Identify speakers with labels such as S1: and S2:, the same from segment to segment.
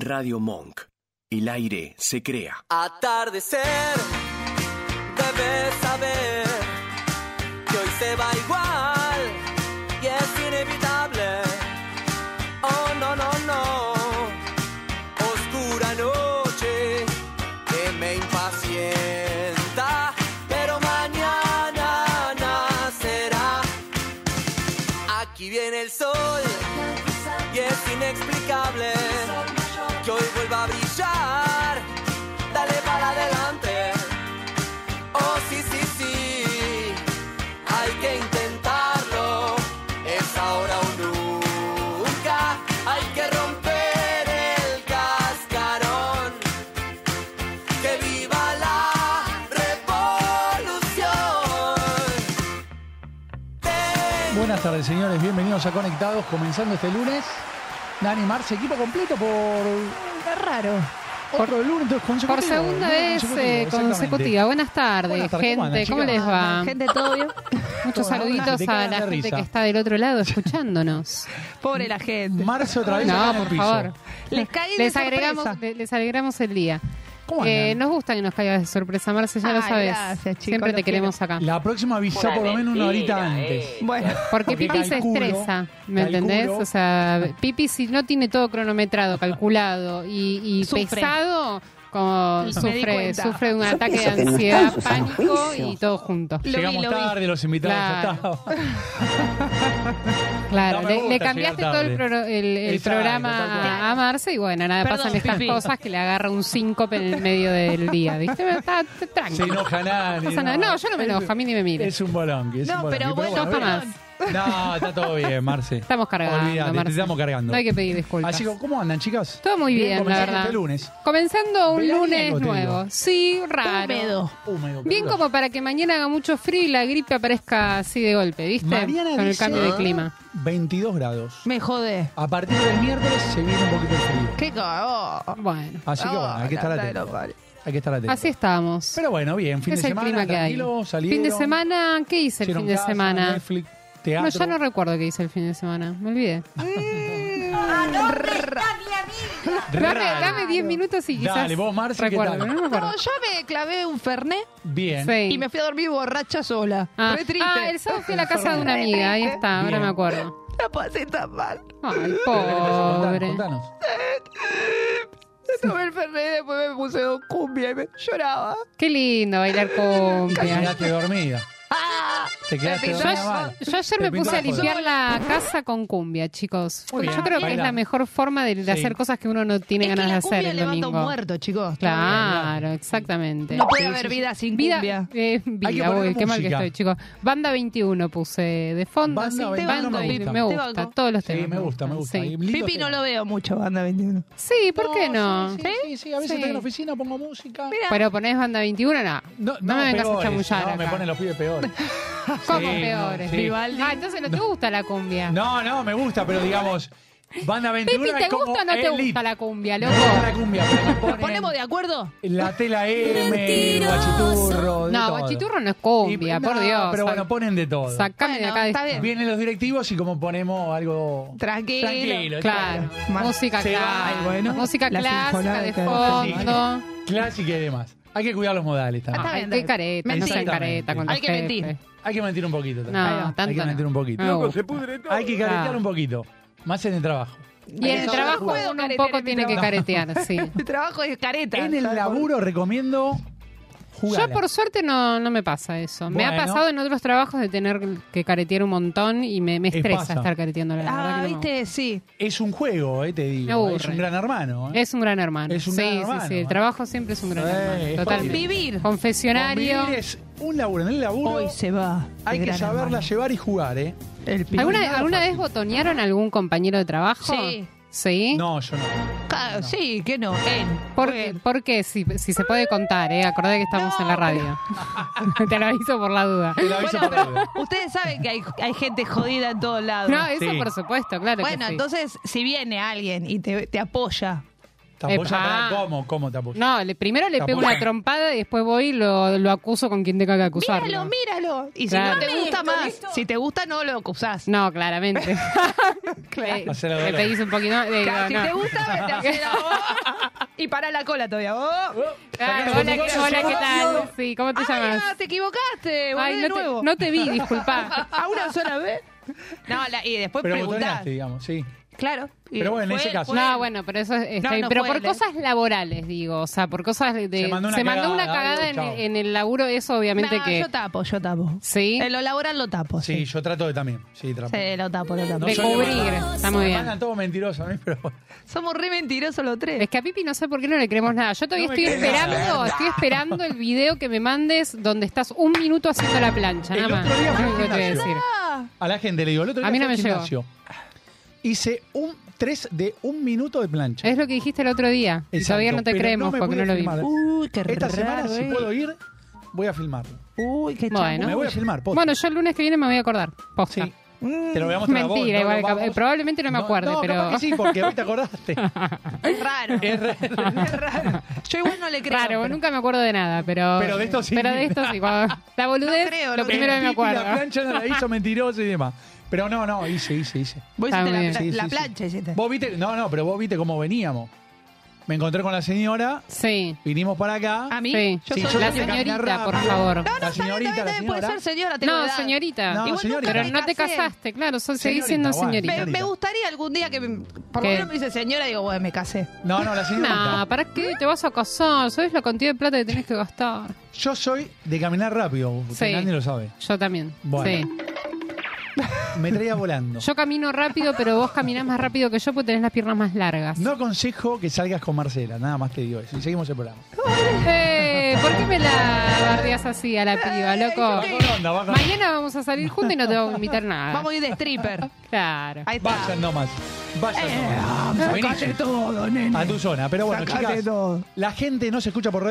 S1: Radio Monk. El aire se crea.
S2: Atardecer, debes saber que hoy se va igual y es inevitable. Oh, no, no, no. Oscura noche que me impacienta, pero mañana nacerá. Aquí viene el sol y es inexplicable que hoy vuelva a brillar. Dale para adelante. Oh, sí, sí, sí. Hay que intentarlo. Es ahora o nunca. Hay que romper el cascarón. Que viva la revolución.
S3: Buenas tardes, señores. Bienvenidos a Conectados. Comenzando este lunes. Dani Marce, equipo completo por
S4: Está raro.
S3: otro lunes consecutivo.
S5: Por segunda
S3: lunes
S5: vez
S3: consecutivo,
S5: eh,
S3: exactamente.
S5: consecutiva. Buenas tardes,
S3: Buenas tardes,
S5: gente.
S3: ¿cómo andan,
S5: ¿Cómo,
S3: chicas?
S5: les va?
S4: Gente, todo bien.
S5: Muchos
S3: Todas,
S5: saluditos
S3: te
S5: a
S3: cagan
S5: la
S3: de
S5: gente
S3: risa.
S5: que está del otro lado escuchándonos.
S4: Pobre la gente.
S3: Marce otra vez acá en
S5: no,
S3: el
S5: por
S3: piso.
S5: favor.
S4: Les caí de
S5: Les agregamos,
S4: sorpresa.
S5: le- les alegramos el día.
S3: ¿Cómo
S5: Eh,
S3: andan?
S5: nos gusta que nos caigas de sorpresa, Marce, ya lo
S4: Ay,
S5: sabes.
S4: Ah, gracias, chicos,
S5: Siempre te
S4: los
S5: queremos acá.
S3: La próxima avisa por lo menos una horita antes.
S4: Bueno,
S5: Porque
S3: Porque
S5: Pipi se
S3: calculo-
S5: estresa, ¿me
S3: calculo-
S5: entendés? O sea, Pipi si no tiene todo cronometrado, calculado y, y
S4: Sufre.
S5: pesado, como
S4: Me di
S5: sufre,
S4: cuenta.
S5: sufre de un ataque de ansiedad, pánico y todo junto.
S4: lo vi,
S3: Llegamos
S4: lo vi.
S3: tarde, los invitados ya
S5: Claro.
S3: estaban.
S5: Claro,
S3: No me
S5: le, le
S3: gusta
S5: cambiaste
S3: llegar
S5: todo el,
S3: tarde.
S5: pro- el- el
S3: Exacto, tal cual.
S5: programa a Marce y bueno, nada,
S4: Perdón,
S5: pasan estas
S4: Pipi.
S5: cosas que le agarra un síncope en el medio del día, ¿viste? Pero Está, está tranqui.
S3: Se enoja nadie.
S5: No pasa nada. No, yo no me enojo, a mí ni me mires.
S3: Es un bolonqui. es
S4: No,
S3: un bolonqui.
S4: pero bueno,
S5: jamás.
S3: bueno, No, está todo bien, Marce.
S5: Estamos cargando,
S3: Olvídate, te
S5: Marce.
S3: estamos cargando.
S5: No hay que pedir disculpas.
S3: Así que, ¿cómo andan, chicas?
S5: Todo muy bien, la
S3: comenzando
S5: verdad.
S3: Este lunes.
S5: Comenzando un
S3: Veraniego,
S5: lunes
S3: te
S5: nuevo.
S3: digo. Uh,
S5: Sí, raro.
S4: Húmedo.
S3: Húmedo,
S5: Bien
S3: calor.
S5: como para que mañana haga mucho frío y la gripe aparezca así de golpe, ¿viste?
S3: Mariana
S5: Con el
S3: dice
S5: cambio de clima.
S3: 22 grados.
S4: Me jode.
S3: A partir del miércoles se viene un poquito el frío.
S4: Qué oh. cagón.
S5: Bueno,
S3: Así que, bueno, hay que estar atentos. Hay que estar atentos.
S5: así estamos.
S3: Pero bueno, bien, fin
S5: es
S3: de
S5: el
S3: semana,
S5: clima que hay.
S3: tranquilo,
S5: Fin
S3: salieron.
S5: de semana, ¿qué hice el
S3: hicieron
S5: fin de
S3: casa,
S5: semana?
S3: Netflix,
S5: No,
S3: teatro.
S5: ya no recuerdo qué hice el fin de semana. Me olvidé.
S4: Mm.
S5: Dame,
S3: Raro.
S5: dame 10 minutos y quizás.
S3: Dale, vos, Marce, ¿qué
S5: recuerdo,
S3: tal?
S5: pero no me acuerdo.
S4: No, yo me clavé un fernet
S3: Bien.
S5: Sí.
S4: y me fui a dormir borracha sola.
S5: Ah,
S4: Re triste.
S5: ah, el sábado fui a la casa de una amiga. Ahí está, ahora
S3: Bien.
S5: me acuerdo.
S4: La pasé tan mal.
S5: Ay,
S3: Contanos,
S5: pobre.
S3: contanos.
S4: Me tomé el fernet, después me puse dos cumbia y me lloraba.
S5: Qué lindo bailar
S3: Te
S5: cumbia.
S3: quedaste dormida.
S4: ¡Ah!
S3: Te quedaste
S4: Me
S5: Yo,
S4: pintó
S3: dormida mal.
S5: yo ayer
S3: Te
S5: me
S3: pintó
S5: puse a
S3: la joda.
S5: limpiar la casa con cumbia, chicos.
S3: Muy bien,
S5: Yo creo que es
S3: bailá.
S5: la mejor forma de, de hacer cosas que uno no tiene
S4: Es que
S5: ganas de
S4: la
S5: hacer
S4: cumbia
S5: el
S4: levanta un
S5: domingo.
S4: muerto, chicos.
S5: Claro, exactamente.
S4: No puede haber vida sin
S5: Vida,
S4: cumbia.
S5: eh, vida,
S3: Hay que poner
S5: uy, qué mal que
S3: música.
S5: estoy, chicos. Banda 21 puse de fondo.
S3: Banda
S5: sí,
S3: 21
S5: banda
S3: me gusta.
S5: me
S4: Te
S5: gusta.
S4: banco.
S5: Todos los
S3: Sí,
S5: temas.
S3: me gusta, me gusta. Y
S5: Sí,
S3: lindo
S4: Pipi no
S3: tema.
S4: lo veo mucho, banda 21.
S5: Sí, ¿por qué no?
S3: Sí, sí, sí, sí, a veces
S5: Sí.
S3: estoy en la oficina, pongo música.
S4: Mira.
S5: Pero ponés banda 21, no. No, me vengas a
S3: peores,
S5: chamullar.
S3: No, me
S5: acá.
S3: ponen los pibes peores.
S5: ¿Cómo
S3: Sí, no,
S5: peores?
S3: sí.
S5: Ah, entonces no te gusta la cumbia.
S3: No, no, me gusta, pero digamos, Banda 21
S5: Pipi, ¿te
S3: es como
S5: gusta o no te
S3: elite.
S5: gusta la cumbia,
S3: Me
S5: loco?
S3: gusta la cumbia, pero me
S4: ¿Nos
S3: ponen
S4: ponemos de acuerdo?
S3: La tela M, el guachiturro. de
S5: No,
S3: todo.
S5: guachiturro no es
S3: Y-
S5: cumbia, por
S3: no,
S5: Dios.
S3: Pero bueno, ponen de todo.
S5: Sacame de
S4: Bueno,
S5: acá. de
S4: está
S5: esto.
S4: bien.
S3: Vienen los directivos y como ponemos algo
S4: Tranquilo.
S3: tranquilo.
S5: Claro.
S4: Más-
S5: Música
S3: se va,
S5: clásica.
S3: y bueno,
S5: música
S4: la
S5: clásica de
S4: sinfonía,
S3: sí.
S5: fondo.
S3: Clásica y demás. Hay que cuidar los modales también.
S4: Ah, está
S5: Ay,
S4: bien,
S5: qué
S4: dale.
S5: careta, no sean
S3: Mentira.
S5: careta con
S4: Hay
S5: los
S4: que mentir.
S5: jefes.
S3: Hay que mentir un poquito. también.
S5: No,
S3: Ahí va. Hay
S5: tanto
S3: que
S5: no.
S3: mentir un poquito.
S5: Me gusta.
S3: Hay que caretear
S5: Ah.
S3: un poquito. Más en el trabajo.
S5: Y en el
S4: Yo no
S5: trabajo
S4: puedo
S5: uno un
S4: caretear
S5: poco
S4: en mi
S5: tiene que
S4: trabajo.
S5: caretear, sí.
S4: El trabajo es careta.
S3: En el laburo recomiendo jugar.
S5: Yo por suerte no, no me pasa eso. Me ha
S3: Bueno.
S5: pasado en otros trabajos de tener que caretear un montón y me, me
S3: Es
S5: estresa
S3: pasa.
S5: estar careteando la verdad.
S4: Ah,
S5: que no me
S4: viste, sí.
S3: Es un juego, eh, te
S5: Me
S3: digo.
S5: aburre.
S3: Es un gran hermano.
S5: gusta.
S3: eh.
S5: Es un gran hermano.
S3: Es un
S5: sí,
S3: gran
S5: sí,
S3: hermano,
S5: sí.
S3: eh.
S5: El trabajo siempre es un gran
S3: Eh, es
S5: hermano.
S3: fácil.
S5: Totalmente.
S4: Vivir.
S5: Confesionario.
S3: Convivir es un laburo. En el laburo
S4: Hoy se va.
S3: hay
S4: el
S3: que
S4: gran
S3: saberla
S4: hermano.
S3: llevar y jugar, ¿eh?
S4: El pibe.
S5: ¿Alguna, ¿alguna vez botonearon a algún compañero de trabajo?
S4: Sí.
S5: ¿Sí?
S3: No, yo no.
S4: Ah, Sí, que no. Él.
S5: ¿Por,
S4: Bueno.
S5: por qué? Si, si se puede contar, ¿eh? Acordé que estamos en la radio. Te lo aviso por la duda.
S3: Te lo aviso
S4: Bueno,
S3: por
S4: pero
S3: algo.
S4: ustedes saben que hay, hay gente jodida en todos lados.
S5: No, eso
S3: Sí.
S5: por supuesto, claro que
S4: bueno,
S5: sí.
S4: entonces, si viene alguien y te, te apoya,
S3: Te apoya,
S5: Epa.
S3: pará, ¿cómo? ¿Cómo te apoya?
S5: No, le- primero le
S3: La
S5: pego
S3: puta.
S5: una trompada y después voy y lo, lo acuso con quien tenga que acusarlo.
S4: Míralo, míralo. Y si
S5: Claro.
S4: no te gusta
S6: Listo,
S4: más,
S6: listo.
S4: si te gusta, no lo acusás.
S5: No, claramente. Le-
S3: Hacelo
S5: le
S3: doler.
S5: pedís un poquito. le digo,
S4: Claro, si
S5: no.
S4: te gusta, te haces la voz. Y para la cola todavía. Oh.
S5: Ah, hola, ¿qué- hola, ¿qué tal? Sí, ¿cómo te
S4: Ay,
S5: llamas?
S4: ah, te equivocaste. Volvé
S5: Ay,
S4: de
S5: no,
S4: nuevo.
S5: te, no te vi, disculpa.
S4: ¿A una sola vez? No, la- y después
S3: Pero
S4: preguntás.
S3: botoneaste, digamos, sí.
S4: Claro. y
S3: Pero bueno, en
S4: fue
S3: ese
S4: él,
S3: caso.
S4: fue él.
S5: No, bueno, pero eso es, está
S4: No,
S5: bien.
S4: no
S5: pero
S4: fue
S5: por
S4: él, ¿eh?
S5: cosas laborales, digo, o sea, por cosas de...
S3: Se mandó una cagada,
S5: una cagada
S3: algo, chao.
S5: en, en el laburo, eso obviamente
S4: No,
S5: que...
S4: Ah, Yo tapo, yo tapo.
S5: Sí.
S4: En lo laboral lo tapo.
S3: Sí,
S4: Sí,
S3: yo trato de también. Sí, trato.
S4: Sí, lo tapo, lo tapo.
S3: No
S5: de
S3: soy
S5: cubrir,
S3: demasiado-
S5: está muy
S3: Me
S5: bien.
S3: mandan todos mentirosos a mí, pero bueno.
S4: Somos re mentirosos los tres.
S5: Es que a Pipi no sé por qué no le creemos nada. Yo todavía
S3: No me
S5: estoy
S3: crees
S5: esperando, estoy esperando el video que me mandes donde estás un minuto haciendo la plancha,
S3: El
S5: nada más.
S3: otro día fui
S5: Lo único
S3: al
S5: que te voy a
S3: gimnasio.
S5: decir.
S3: a la gente le digo, el otro día
S5: A mí no
S3: fui al
S5: me llegó.
S3: gimnasio. Hice un 3 de un minuto de plancha.
S5: Es lo que dijiste el otro día. Y
S3: Exacto,
S5: todavía no te
S3: pero
S5: creemos
S3: me
S5: porque
S3: pude
S5: no lo
S3: filmar.
S5: vimos.
S4: Uy, qué
S3: Esta semana,
S4: raro,
S3: si
S4: eh.
S3: puedo ir, voy a filmarlo.
S4: Uy, qué
S5: Bueno.
S4: chamuyo.
S3: Me voy a filmar, posta.
S5: Bueno, yo el lunes que viene me voy a acordar. Posta.
S3: Sí. Te lo voy a mostrar a vos,
S5: Mentira,
S3: no
S5: igual,
S3: lo
S5: cap-
S3: vamos-
S5: eh, probablemente no me acuerde,
S3: no,
S5: pero...
S3: capaz que sí, porque hoy te acordaste.
S4: Es raro.
S3: Es re-
S4: Es raro. Yo igual no le creo.
S5: Claro,
S4: pero-
S5: nunca me acuerdo de nada, pero.
S3: Pero de esto sí.
S5: Pero de esto sí, cuando- la boludez,
S4: No creo, no
S5: lo
S4: creo.
S5: primero que me
S3: Pipi, La
S5: acuerdo.
S3: plancha no la hizo mentiroso y demás. Pero no, no, hice, hice, hice.
S4: Vos
S5: Está
S4: hiciste la,
S5: bien.
S4: la-
S3: Sí,
S4: la
S3: sí, sí.
S4: plancha, hiciste.
S3: Vos viste, no, no, pero vos viste cómo veníamos. Me encontré con la señora,
S5: Sí.
S3: vinimos para acá.
S4: ¿A mí?
S5: Sí.
S4: Yo
S3: Sí,
S5: la
S4: soy
S3: tengo que
S4: señora.
S5: señorita,
S3: caminar
S5: por
S3: rápido.
S5: favor.
S4: No, no,
S3: La señorita,
S4: está
S3: la
S4: bien, puede
S3: señora.
S4: ser señora, tengo
S5: No,
S4: edad.
S5: señorita.
S3: No,
S4: Igual
S3: señorita.
S4: nunca
S5: Pero
S4: me
S5: no te
S4: casé.
S5: casaste, claro, son- seguís
S3: Señorita,
S5: siendo
S3: bueno.
S4: Me,
S5: señorita.
S4: me gustaría algún día que me- por lo
S5: ¿Qué?
S4: menos me dice señora, digo, bueno, me casé.
S3: No, no, la señorita.
S5: No, ¿para qué te vas a casar? ¿Sabes la cantidad de plata que tenés que gastar?
S3: Yo soy de caminar rápido,
S5: Sí.
S3: usted nadie lo sabe.
S5: Yo también.
S3: Bueno.
S5: Sí.
S3: Me traía volando.
S5: Yo camino rápido, pero vos caminás más rápido que yo porque tenés las piernas más largas.
S3: No aconsejo que salgas con Marcela, nada más te digo eso. Y seguimos el programa.
S5: Eh, ¿Por qué me la bardeás así a la piba,
S3: Va
S5: loco?
S3: con onda, va con-
S5: Mañana vamos a salir juntos y no te vamos a invitar nada.
S4: Vamos a ir de stripper.
S5: Claro.
S4: Ahí está. Eh, ah,
S3: Vayan nomás. Vayan nomás. Buenísimo.
S4: todo, nene.
S3: A tu zona. Pero bueno,
S4: Sacate
S3: chicas,
S4: todo.
S3: la gente nos escucha por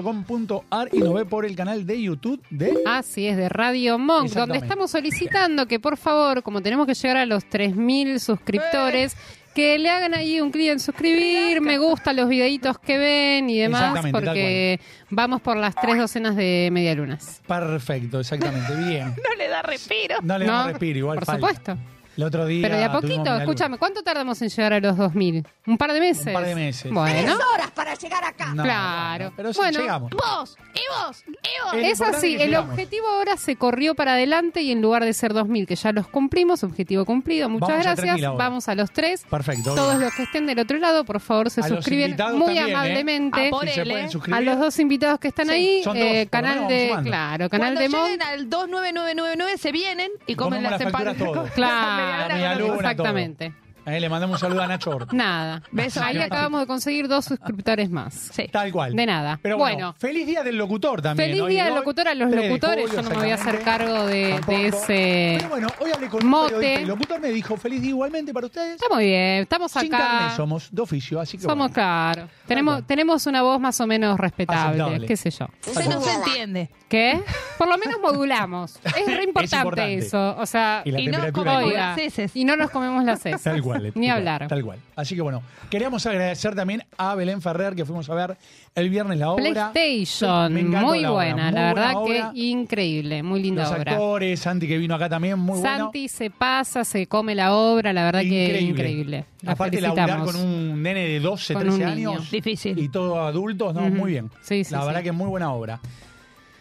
S3: radiomon.com.ar y nos ve por el canal de YouTube de...
S5: Así es, de Radio Monk, donde
S3: ¿Eh? Exactamente.
S5: estamos solicitando que por favor, como tenemos que llegar a los 3.000 suscriptores,
S3: Eh.
S5: que le hagan ahí un clic en suscribir, me gusta los videitos que ven y demás,
S3: Exactamente, tal
S5: porque vamos por las tres docenas de medialunas.
S3: Perfecto, exactamente. Bien.
S4: No le da respiro.
S3: No le
S5: No,
S3: damos respiro, igual
S5: por
S3: falta.
S5: supuesto.
S3: El otro día...
S5: Pero de a
S3: tuvimos
S5: poquito,
S3: Milagro.
S5: escúchame, ¿cuánto tardamos en llegar a los 2.000? ¿Un par de meses?
S3: Un par de meses.
S6: Tres
S5: Bueno,
S6: horas para llegar acá.
S3: No,
S5: Claro.
S3: no, no, Pero sí,
S5: Bueno.
S3: llegamos.
S4: Vos, y vos, y vos.
S3: Eh,
S5: es
S3: importante
S5: así,
S3: que
S5: el
S3: llegamos.
S5: objetivo ahora se corrió para adelante y en lugar de ser 2.000, que ya los cumplimos, objetivo cumplido, muchas
S3: Vamos a 3.000
S5: gracias,
S3: ahora.
S5: vamos a los tres.
S3: Perfecto.
S5: Todos
S3: bien.
S5: los que estén del otro lado, por favor, se
S3: A los
S5: suscriben
S3: invitados
S5: muy
S3: también, ¿eh?
S5: amablemente.
S4: Ah, por
S3: Si se
S4: él,
S3: pueden
S4: ¿eh?
S5: A
S3: suscribir.
S5: los dos invitados que están ahí,
S3: Son
S5: eh,
S3: dos, por lo menos
S5: canal
S3: vamos
S5: de.
S3: sumando.
S5: Claro, canal
S4: Cuando
S5: de Mon.
S4: lleguen al 29999 se vienen y comen
S3: Comemos
S4: las
S3: las facturas
S4: empanadas.
S3: todos.
S5: Claro,
S3: media luna, todo.
S5: exactamente.
S3: Eh, le mandamos un saludo a Nacho Ortiz.
S5: Nada.
S4: Beso,
S5: ahí
S4: Nacho.
S5: acabamos de conseguir dos suscriptores más.
S4: Sí.
S3: Tal cual.
S5: De nada.
S3: Pero bueno,
S5: Bueno.
S3: feliz día del locutor también.
S5: Feliz
S3: ¿no?
S5: día
S3: Y
S5: del
S3: hoy,
S5: locutor a los
S3: 3 de
S5: locutores.
S3: julio,
S5: Yo no me voy a hacer
S3: exactamente.
S5: cargo de,
S3: Tampoco.
S5: de ese.
S3: Pero bueno, hoy hablé con un
S5: mote.
S3: periodista y El locutor me dijo, feliz día igualmente para ustedes.
S5: Está muy bien, estamos
S3: Sin carne
S5: acá.
S3: somos de oficio, así que
S5: Somos
S3: bueno.
S5: claro. Tenemos,
S3: cual.
S5: tenemos una voz más o menos respetable,
S3: Aceptable.
S5: qué sé yo.
S4: Usted no se entiende.
S5: ¿Qué? Por lo menos modulamos. Es re importante,
S3: importante.
S5: eso. O sea,
S3: Y la
S4: Y no
S3: temperatura
S4: como
S3: igual.
S5: Oiga,
S4: las heces.
S5: y no nos comemos las heces.
S3: Tal cual.
S5: Ni
S3: tal
S5: hablar.
S3: cual, Tal cual. Así que bueno, queríamos agradecer también a Belén Ferrer que fuimos a ver el viernes la obra.
S5: PlayStation,
S3: Me encantó
S5: muy
S3: la obra,
S5: buena,
S3: muy
S5: la verdad
S3: buena obra.
S5: que increíble, muy linda
S3: Los
S5: obra.
S3: actores, Santi que vino acá también, muy bueno.
S5: Santi se pasa, se come la obra, la verdad que increíble. La
S3: Aparte laburar
S5: felicitamos.
S3: con un nene de 12,
S5: Con
S3: 13
S5: un niño.
S3: años.
S4: Difícil.
S3: Y todos adultos, no, muy bien.
S5: Sí, sí,
S3: la
S5: sí.
S3: verdad que muy buena obra.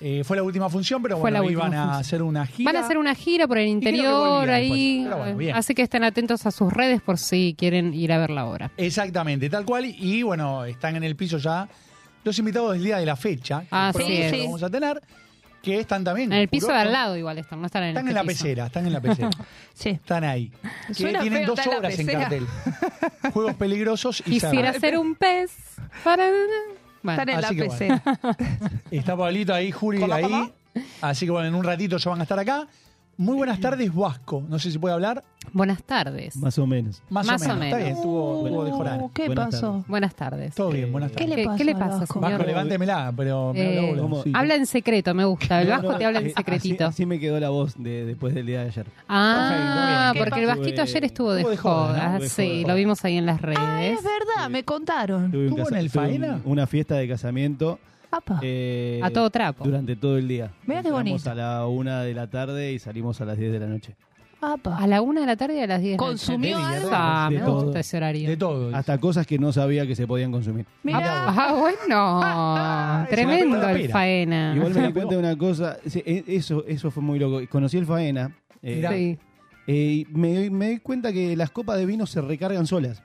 S3: Eh, fue la última función, pero
S5: Fue
S3: bueno,
S5: la última
S3: iban a
S5: función.
S3: hacer una gira.
S5: Van a hacer una gira por el
S3: creo que
S5: interior
S3: volvían
S5: ahí,
S3: después, pero bueno,
S5: eh,
S3: bien.
S5: así que estén atentos a sus redes por si quieren ir a ver la obra.
S3: Exactamente, tal cual. Y bueno, están en el piso ya los invitados del día de la fecha. que
S5: Así
S3: pronto
S5: es.
S3: lo vamos a tener. Que están también.
S5: En el piso de
S3: Curoto.
S5: al lado igual están, no están en
S3: Están
S5: el
S3: en la
S5: piso.
S3: pecera, están en la pecera.
S4: Sí.
S3: Están ahí. Que
S4: Suena
S3: tienen
S4: feo,
S3: dos
S4: está en la
S3: horas en
S4: pecera.
S3: cartel. Juegos peligrosos y
S5: Quisiera
S3: cerdos.
S5: ser un pez para... Bueno,
S4: Están en la
S3: así que
S4: PC.
S3: Está Pablito ahí, Juli ahí. Así que bueno, en un ratito ya van a estar acá. Muy buenas tardes, Vasco. No sé si puede hablar.
S5: Buenas tardes.
S6: Más o menos.
S3: Más,
S5: Más
S3: o
S5: o
S3: menos. Está
S5: menos.
S3: bien, estuvo, estuvo de jorar.
S4: Uh, ¿Qué
S6: Buenas
S4: pasó?
S5: Buenas tardes.
S3: Todo bien, buenas
S5: ¿Qué,
S3: tardes.
S4: le
S5: qué
S4: pasa
S5: le
S4: al
S5: pasa,
S4: Vasco?
S3: Vasco,
S5: señor?
S3: levántemela, pero me
S5: Eh,
S3: habla
S6: ¿cómo?
S3: boludo. Sí.
S5: Habla en secreto, me gusta. El
S6: No,
S5: vasco
S6: no,
S5: te habla
S3: Ah,
S6: eh,
S5: en
S6: así-
S5: secretito.
S6: Así me quedó la voz de- después del día de ayer.
S5: Ah,
S4: Ok, muy bien.
S5: porque el vasquito
S6: Estuve-
S5: ayer
S4: Eh,
S5: estuvo de
S3: estuvo de joda,
S5: joda.
S6: ¿no? Estuve de
S5: Sí,
S6: joda.
S5: lo vimos ahí en las
S4: Ah,
S5: redes.
S4: es verdad, me contaron.
S6: Tuve un
S3: ¿Estuvo en el
S6: tuve un-
S3: faena?
S6: una fiesta de casamiento.
S4: Apa.
S6: eh,
S5: A todo trapo.
S6: Durante todo el día.
S4: Mirá qué
S6: Entramos
S4: bonito.
S6: a la una de la tarde y salimos a las 10 de la noche.
S4: Apa.
S5: A la una de la tarde y a las 10. de la noche.
S4: ¿Consumió algo?
S5: Ah,
S6: De
S5: me
S6: todo.
S5: gusta ese
S3: De
S5: horario.
S3: todo. dice.
S6: Hasta cosas que no sabía que se podían consumir.
S4: Mirá.
S5: Ah, bueno. Tremendo
S3: la
S5: el
S3: pera.
S5: faena.
S6: Igual me di
S3: Pero-
S6: cuenta de una cosa. sí, e- Eso, eso fue muy loco. Conocí el faena. eh,
S3: Mirá.
S5: Sí.
S6: eh, y me, doy- me doy cuenta que las copas de vino se recargan solas.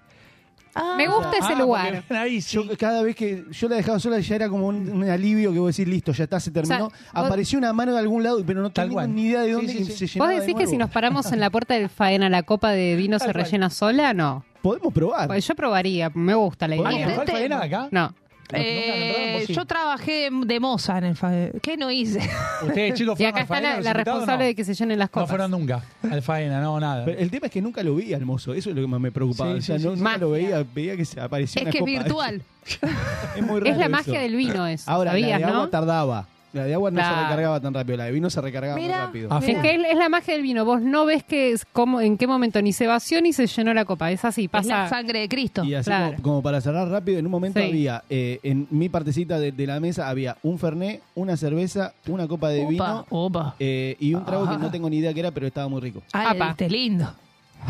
S4: Ah,
S5: Me gusta ese
S3: Ah,
S5: lugar.
S3: porque ven Ahí, sí.
S6: Yo cada vez que yo la dejaba sola ya era como un, un alivio que vos decís, listo, ya está, se terminó.
S5: O sea, vos-
S6: Apareció una mano de algún lado, pero no
S3: Tal
S6: tengo
S3: cual.
S6: ni idea de
S3: Sí,
S6: dónde
S3: sí,
S6: que
S3: sí.
S6: se
S5: ¿Vos
S6: llenaba de
S5: decís que
S6: nuevo.
S5: si nos paramos en la puerta del faena la copa de vino se
S3: Tal cual.
S5: rellena sola? No.
S6: Podemos probar.
S5: Pues yo probaría, me gusta la
S3: ¿Alguien
S5: idea.
S3: fue al
S4: Intenten.
S3: faena acá?
S5: No.
S4: eh,
S3: Vos sí.
S4: yo trabajé de, de moza en el fa- ¿Qué no hice?
S3: Ustedes, chicos,
S5: Y
S3: fueron
S5: acá
S3: al
S5: está
S3: faena,
S5: la,
S3: los
S5: la
S3: invitados,
S5: responsable
S3: no.
S5: de que se llenen las
S3: No
S5: copas.
S3: fueron nunca al faena, no, nada.
S6: Pero el tema es que nunca lo veía al mozo, eso es lo que más me preocupaba.
S3: Sí,
S6: o sea,
S3: sí,
S6: no,
S3: sí,
S6: nunca
S5: sí.
S6: lo veía, veía que se apareció
S4: es
S6: una
S4: que es
S6: copa.
S4: virtual.
S6: Es muy raro
S5: es la
S6: eso.
S5: magia del vino eso.
S6: Ahora,
S5: ¿Sabías,
S6: la de agua
S5: no?
S6: tardaba. La de agua no se
S5: Claro.
S6: recargaba tan rápido, la de vino se recargaba
S4: Mirá.
S6: muy rápido.
S3: Ah,
S5: Es que es, es la magia del vino. Vos no ves que es como, en qué momento ni se vació ni se llenó la copa. Es así,
S4: Es la
S5: pasa.
S4: sangre de Cristo.
S6: Y así
S5: Claro.
S6: como, como para cerrar rápido, en un momento
S5: Sí.
S6: había, eh, en mi partecita de, de la mesa había un fernet, una cerveza, una copa de
S4: Opa,
S6: vino
S4: opa.
S6: eh, y un trago
S4: Ah.
S6: que no tengo ni idea que era, pero estaba muy rico.
S4: Ay,
S5: Apa.
S4: este lindo.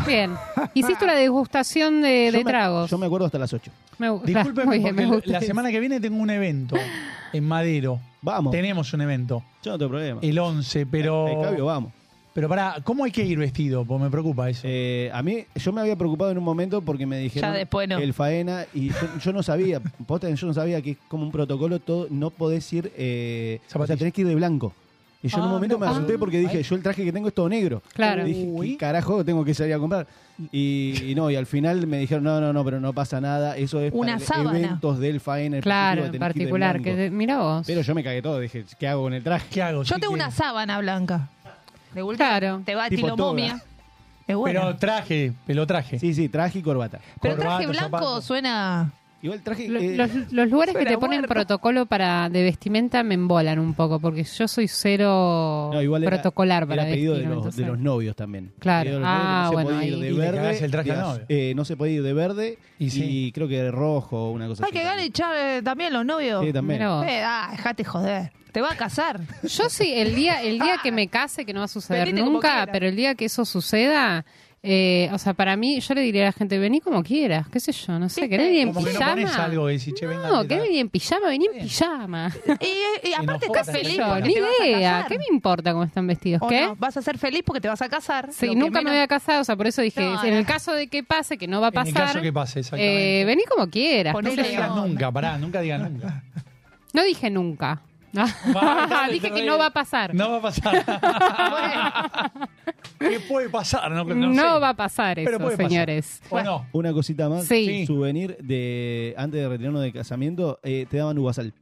S5: Bien. Hiciste una degustación de,
S6: Yo
S5: de
S6: me-
S5: tragos.
S6: Yo me acuerdo hasta las 8.
S5: Me gu-
S3: Discúlpeme,
S5: Muy bien,
S3: porque
S5: me
S3: la-
S5: gusta
S3: la
S5: eso.
S3: semana que viene tengo un evento en Madero.
S6: Vamos.
S3: Tenemos un evento,
S6: Yo no tengo problema.
S3: el 11,
S6: El cambio,
S3: pero.
S6: vamos.
S3: Pero pará, ¿cómo hay que ir vestido? Porque me preocupa eso.
S6: Eh, a mí, yo me había preocupado en un momento porque me dijeron
S4: Ya después no.
S6: el faena y yo, yo no sabía, posta, yo no sabía que es como un protocolo, todo, no podés ir, eh, o sea,
S3: Zapatillas.
S6: tenés que ir de blanco. Y yo en un
S3: Ah,
S6: momento
S3: no.
S6: me asusté porque dije,
S3: Ahí.
S6: yo el traje que tengo es todo negro.
S5: Claro.
S6: Y dije,
S3: Uy.
S6: ¿qué carajo tengo que salir a comprar? Y, y no, y al final me dijeron, no, no, no, pero no pasa nada, eso es
S4: Una
S6: para
S4: sábana.
S6: eventos del faena. en
S5: Claro, en
S6: específico, tenés que ir de
S5: particular. Que,
S6: blanco.
S5: mira vos.
S6: Pero yo me cagué todo, dije, ¿qué hago con el traje?
S3: ¿Qué hago?
S4: Yo
S3: Sí,
S4: tengo
S3: que-
S4: una sábana blanca. De vuelta
S5: Claro.
S4: te va a
S6: Tipo
S4: chilomomia.
S6: toga.
S4: Es
S3: Pero
S4: bueno.
S3: traje, pelotraje.
S6: Sí, sí, traje y corbata.
S4: Pero traje
S3: corbata,
S4: blanco
S3: zapato.
S4: suena.
S6: Igual traje.
S5: Lo-
S6: eh,
S5: Los, los lugares que
S4: Suena
S5: te ponen
S4: muerto.
S5: protocolo para de vestimenta me embolan un poco, porque yo soy cero
S6: no, igual era-
S5: protocolar para
S6: era pedido de
S5: vestirme,
S6: los,
S5: entonces-
S6: de los novios también.
S5: Claro.
S6: Pedido de los
S5: Ah,
S6: novios,
S5: bueno,
S6: que no se podía ir
S5: ahí.
S6: de
S3: Y le
S6: verde.
S3: cagás el traje
S6: de
S3: al
S6: az-
S3: novio.
S6: eh, no se podía ir de verde
S3: Y
S6: y,
S3: sí.
S6: creo que de rojo o una cosa
S4: Hay
S6: así.
S4: que ganar echar eh, también los novios.
S6: Sí, también.
S5: Mirá vos.
S4: Eh, ah, dejate joder. Te va a casar.
S5: Yo sí, el día, el día que me case, que no va a suceder
S4: Venite como
S5: nunca,
S4: quieras.
S5: pero el día que eso suceda, eh, o sea, para mí, yo le diría a la gente, vení como quieras, qué sé yo, no sé, ¿querés venir en
S3: Como que no
S5: pijama?
S3: pones algo y decís, che, venga.
S5: No,
S3: teta.
S5: ¿querés venir en pijama? Vení en pijama.
S4: Y, eh, y aparte
S3: nos
S4: estás
S3: jodan.
S4: feliz.
S5: Yo,
S4: porque
S5: ni
S4: te vas a
S5: idea,
S4: casar.
S5: ¿qué me importa cómo están vestidos?
S4: ¿O
S5: ¿Qué?
S4: no? Vas a ser feliz porque te vas a casar.
S5: Sí,
S4: Lo que
S5: nunca me
S4: menos-
S5: voy a casar, o sea, por eso dije,
S4: No,
S5: en
S4: no.
S5: el caso de que pase, que no va a
S3: En el
S5: pasar,
S3: caso que pase, exactamente.
S5: eh, vení como quieras.
S4: Poné-
S5: No,
S3: Nunca digas
S4: no.
S3: nunca, pará, nunca digas nunca.
S5: no dije nunca. dije que no va a pasar.
S3: No va a pasar. ¿Qué puede pasar? No,
S5: No,
S3: sé.
S5: va a pasar
S3: Pero
S5: eso,
S3: puede pasar.
S5: señores.
S3: ¿O no?
S6: Una cosita más.
S5: Sí.
S6: Un Souvenir de. Antes de retirarnos de casamiento, eh, te daban uvasal.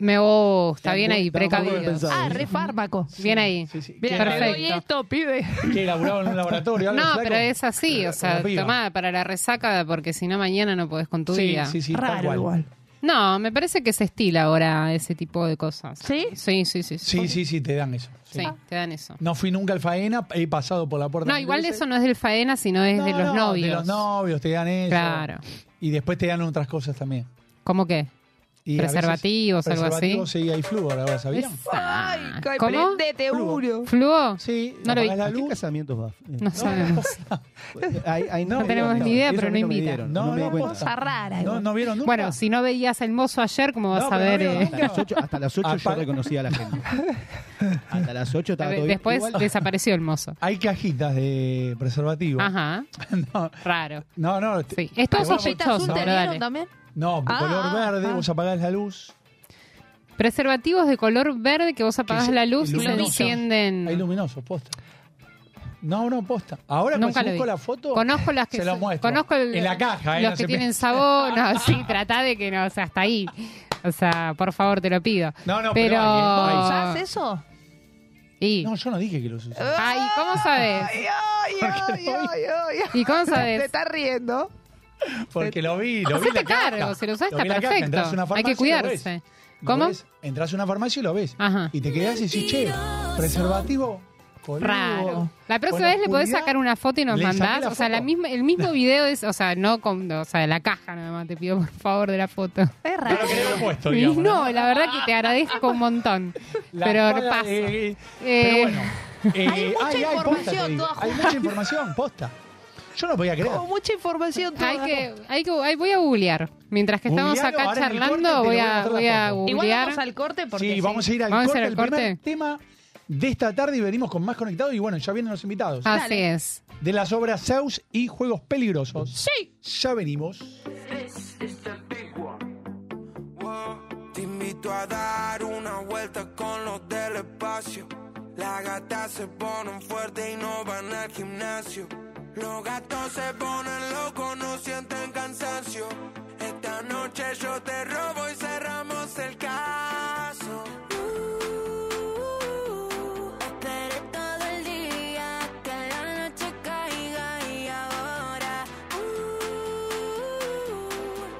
S5: Me gusta,
S6: Está
S5: bien
S6: muy-
S5: ahí,
S6: está muy
S5: precavidos.
S6: pensado.
S4: Ah, re fármaco.
S5: Bien ahí.
S3: Sí, sí.
S4: Bien, te
S3: Que-
S4: doy
S5: Perfecto.
S4: esto, pibe.
S3: Que elaboraba en un laboratorio. algo,
S5: No,
S3: flaco.
S5: pero es así,
S3: Pero
S5: o sea,
S3: Eh, la piba.
S5: tomada para la resaca, porque si no mañana no podés con tu
S3: Sí,
S5: vida.
S3: sí, sí, tal
S4: Raro
S3: cual.
S4: igual.
S5: No, me parece que se estila ahora ese tipo de cosas.
S4: ¿Sí? Ah.
S5: Sí, sí, sí. Sí,
S3: Sí, sí, sí, te dan eso.
S5: Sí, te dan eso.
S3: No fui nunca al faena, he pasado por la puerta.
S5: No,
S3: mil
S5: igual
S3: veces.
S5: eso no es del faena, sino es de
S3: No,
S5: los
S3: no,
S5: novios.
S3: De los novios te dan eso.
S5: Claro.
S3: Y después te dan otras cosas también.
S5: ¿Cómo qué?
S3: Y a veces-
S5: Preservativos, algo así. Ah.
S3: preservativos, Sí, hay flúor ahora, ¿sabían?
S5: Esa.
S4: Ay,
S5: ¿Cómo?
S4: prendete uno.
S5: ¿Fluo?
S3: Sí,
S5: No lo
S3: apagás
S5: vi.
S6: ¿A
S3: la
S6: qué
S3: luz.
S6: casamientos vas? Eh,
S5: No sabemos.
S6: ahí- ahí
S3: No
S6: me
S3: tenemos
S6: dieron.
S3: ni
S5: idea,
S6: Eso
S5: pero
S6: a
S5: no
S6: mí me
S5: invitan.
S6: dieron,
S3: No,
S6: No, me
S3: no,
S6: di
S4: Cosa
S6: cuenta.
S4: rara.
S3: No,
S4: igual.
S3: no vieron nunca.
S5: Bueno, si no veías el mozo ayer, ¿cómo vas
S3: No,
S5: a
S3: pero
S5: ver?
S3: no veo
S5: eh?
S6: Hasta las ocho- Hasta las 8 yo
S3: Apa-
S6: reconocía a la gente. Hasta las 8 estaba todo bien.
S5: Después
S6: Igual-
S5: desapareció el mozo.
S3: Hay cajitas de eh, preservativo.
S5: Ajá,
S3: No,
S5: raro.
S3: no, no. te-
S5: Sí. Es todo
S3: Igual
S4: ¿Cosita azul
S5: sospechoso,
S4: te
S5: pero
S4: dieron
S5: dale.
S4: también?
S3: No,
S4: Ah,
S3: color verde,
S4: ah.
S3: vos apagás la luz.
S5: Preservativos de color verde que vos apagás
S3: se-
S5: la luz y se
S3: luminoso. Hay
S5: encienden.
S3: luminosos, posta. No, no, posta. Ahora
S5: Nunca
S3: cuando
S5: lo
S3: busco
S5: vi.
S3: la foto,
S5: Conozco las que
S3: se los muestro.
S5: conozco el-
S3: en la caja, eh,
S5: los
S3: no
S5: que
S3: se pi-
S5: tienen sabor, no, sí, tratá de que no, o sea, hasta ahí. O sea, por favor, te lo pido.
S3: No, no, pero
S5: pero
S3: hay,
S4: ¿Vos usás eso?
S5: Y,
S3: No, yo no dije que los usé.
S5: Ay, ¿cómo sabes?
S4: Ay, ay, ay, ay, ay, ay.
S5: ¿Y cómo
S4: Te
S5: sabes?
S4: estás riendo.
S3: Porque lo vi, lo vi
S5: Hacete
S3: la caja.
S5: cargo, si lo usás
S3: Lo
S5: está
S3: vi la caja,
S5: perfecto.
S3: entras a una
S5: Hay
S3: farmacia
S5: que
S3: y lo ves.
S5: cuidarse.
S3: Lo
S5: ¿Cómo?
S3: ves, Entras a una farmacia y lo ves.
S5: Ajá.
S3: Y te quedás y decís, che, preservativo, coludo,
S5: Raro. La
S3: con
S5: próxima vez le podés
S3: oscuridad.
S5: sacar una foto y nos
S3: Le saqué
S5: mandás.
S3: la
S5: o sea, la
S3: foto.
S5: misma, el mismo video es, o sea, no con, o sea, de la caja nada más, te pido por favor de la foto.
S4: Es
S3: No
S4: raro.
S3: lo queremos puesto,
S5: Y
S3: digamos, ¿no?
S5: no, la verdad que te agradezco un montón.
S3: La
S5: pero
S3: pala
S5: paso.
S3: de-
S5: Eh,
S3: pero bueno. eh,
S7: hay mucha
S3: ay, ay, posta, te
S7: información,
S3: digo.
S7: toda
S3: Hay
S7: junta.
S3: mucha información, posta. Yo no podía creer.
S4: Con mucha información. toda.
S5: Hay que, hay que, ay, voy a googlear. Mientras que estamos
S3: Googlealo,
S5: acá
S3: ahora en el
S5: charlando,
S3: corte te
S5: voy
S3: lo voy a
S5: a,
S3: mostrar la
S5: voy a
S3: foto.
S7: Igual
S5: googlear.
S7: vamos al corte porque.
S3: Sí, vamos a ir al
S5: ¿Vamos a
S3: corte,
S5: hacer
S3: el
S5: el
S3: primer
S5: corte?
S3: tema de esta tarde y venimos con más conectados y bueno, ya vienen los invitados.
S5: Así es.
S3: De las obras Zeus y Juegos Peligrosos.
S7: Sí.
S3: Ya venimos.
S2: Wow. Te invito a dar una vuelta con los del espacio. Las gatas se ponen fuertes y no van al gimnasio. Los gatos se ponen locos, no sienten cansancio. Esta noche yo te robo y cerramos el caso.
S8: Esperé todo el día que la noche caiga y ahora uh,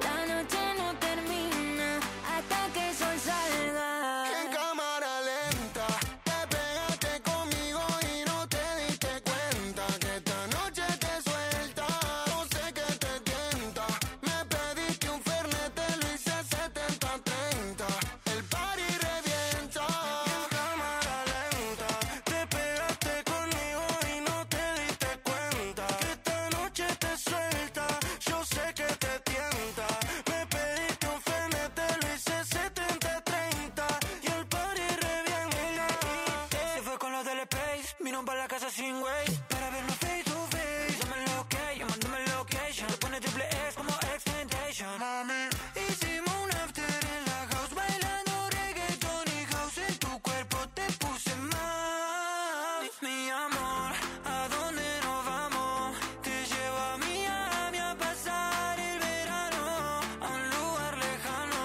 S8: la noche no termina hasta que el sol salga.
S2: En cámara lenta, te pegaste conmigo y no te diste cuenta que esta noche te suelta. No sé qué te tienta, me pediste un fernet, te lo hice 70-30. El party revienta. En cámara lenta, te pegaste conmigo y no te diste cuenta que esta noche te suelta. Yo sé que te tienta, me pediste un fernet, te lo hice 70-30 y el party revienta. Se fue con los del Space, vino para la casa sin güey. Para vernos face to face, llámame lo que, yo mándame location. Te pone triple X como X-Tentation. Mami, hicimos un after en la house, bailando reggaeton y house. En tu cuerpo te puse mal. Mi amor, ¿a dónde nos vamos? Te llevo a Miami a pasar el verano. A un lugar lejano,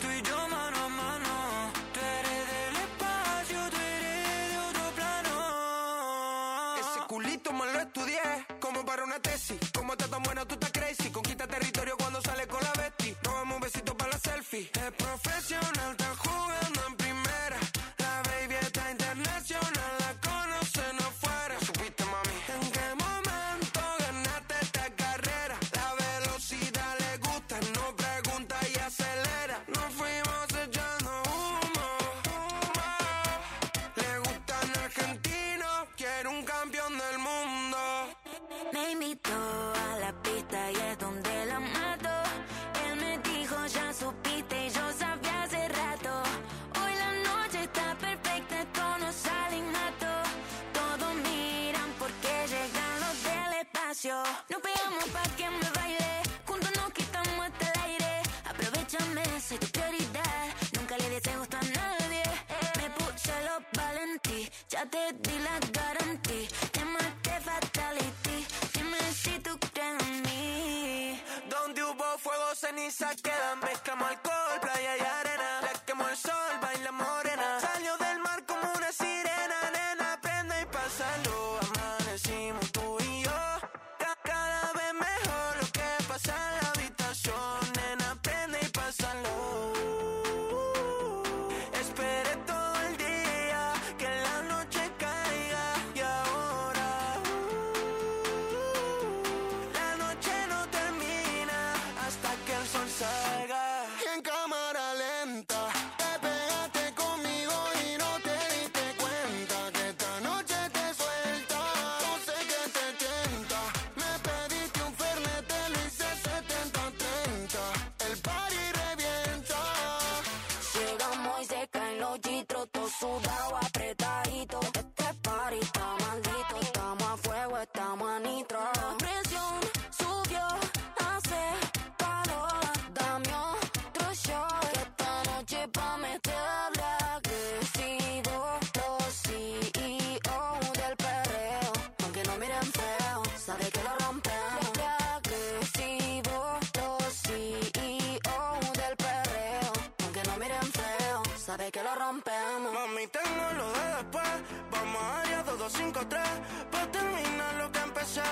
S2: tú y yo mano a mano. Tú eres del espacio, tú eres de otro plano. Ese culito me lo estudié, como para una tesis. Como estás tan buena, tú estás crazy. Conquista territorio cuando sales con la bestia. Tomamos un besito para la selfie. Es profesional, está jugando en primera. La baby está internacional, la conocen afuera. Supiste, mami. ¿En qué momento ganaste esta carrera? La velocidad le gusta, no pregunta y acelera. Nos fuimos echando humo. humo. Le gustan argentinos, quiere un campeón del mundo.
S8: Me invitó a la pista y es donde la mato. Él me dijo, ya supiste, y yo sabía hace rato. Hoy la noche está perfecta, esto no sale innato. Todos miran porque llegan los del espacio. Nos pegamos pa' que me baile, juntos nos quitamos hasta el aire. Aprovechame, soy tu prioridad, nunca le des gusto a nadie. Me puse los valentí, ya te di la garantía. Te maté fatality, dime si tú crees en mí.
S2: Donde hubo fuego, ceniza queda. Mezclamos alcohol, playa y arena. La quemó el sol, baila morena. Salió del mar como una sirena, nena. Prende y pásalo. Amanecimos tú y yo. Ca- Cada vez mejor lo que pasa en la habitación, nena. Prende y pásalo. Esperé todo el día que la noche caiga. Y ahora. La noche no termina hasta que el sol salga. En cámara lenta, te pegaste conmigo y no te diste cuenta que esta noche te suelta. No sé que te tienta. Me pediste un fernet, te lo hice 70-30. El party revienta.
S8: Llegamos y se caen los chitros, todo sudado, apretadito. Este party está maldito, estamos a fuego, estamos a nitro. La presión subió, hace calor, dame otro shot. Que esta noche pa' meterle agresivo. Los CEO del perreo, aunque no miren feo, sabe que lo rompemos. Agresivo, los CEO del perreo, aunque no miren feo, sabe que lo rompemos.
S2: Mami, tengo los dedos pa' otra Pa' terminar lo que empecé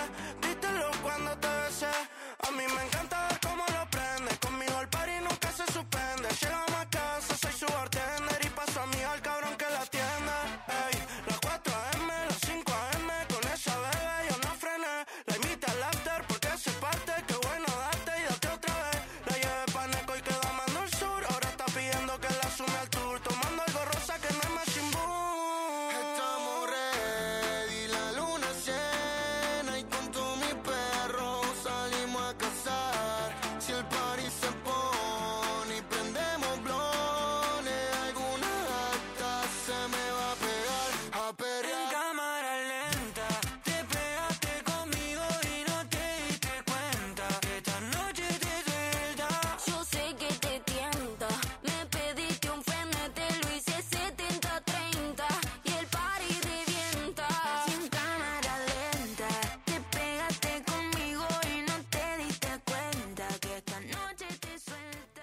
S2: Dítelo cuando te besé A mí me encanta ver cómo lo prende Conmigo el party nunca se suspende Llegamos a casa, soy su bartender Y paso a mí al cabrón que la atienda Ey, las 4 AM, las 5 AM Con esa bebé yo no frené La imita al after porque se parte Qué bueno date y date otra vez La llevé pa' Neco y queda mando el sur Ahora está pidiendo que la sume al tour Tomando algo rosa que no es más Estamos ready, la luna llena y con todos mis perros salimos a cazar. Si el party se pone y prendemos blones, alguna gata se me va a pegar a perrear.
S9: En cámara lenta, te pegaste conmigo y no te diste cuenta. que Esta noche te suelta.
S8: Yo sé que te tienta, me pediste un fernet, te lo hice 70-30 y el party revienta. Sin cámara lenta, te pegaste conmigo y no te diste cuenta que esta noche te suelta.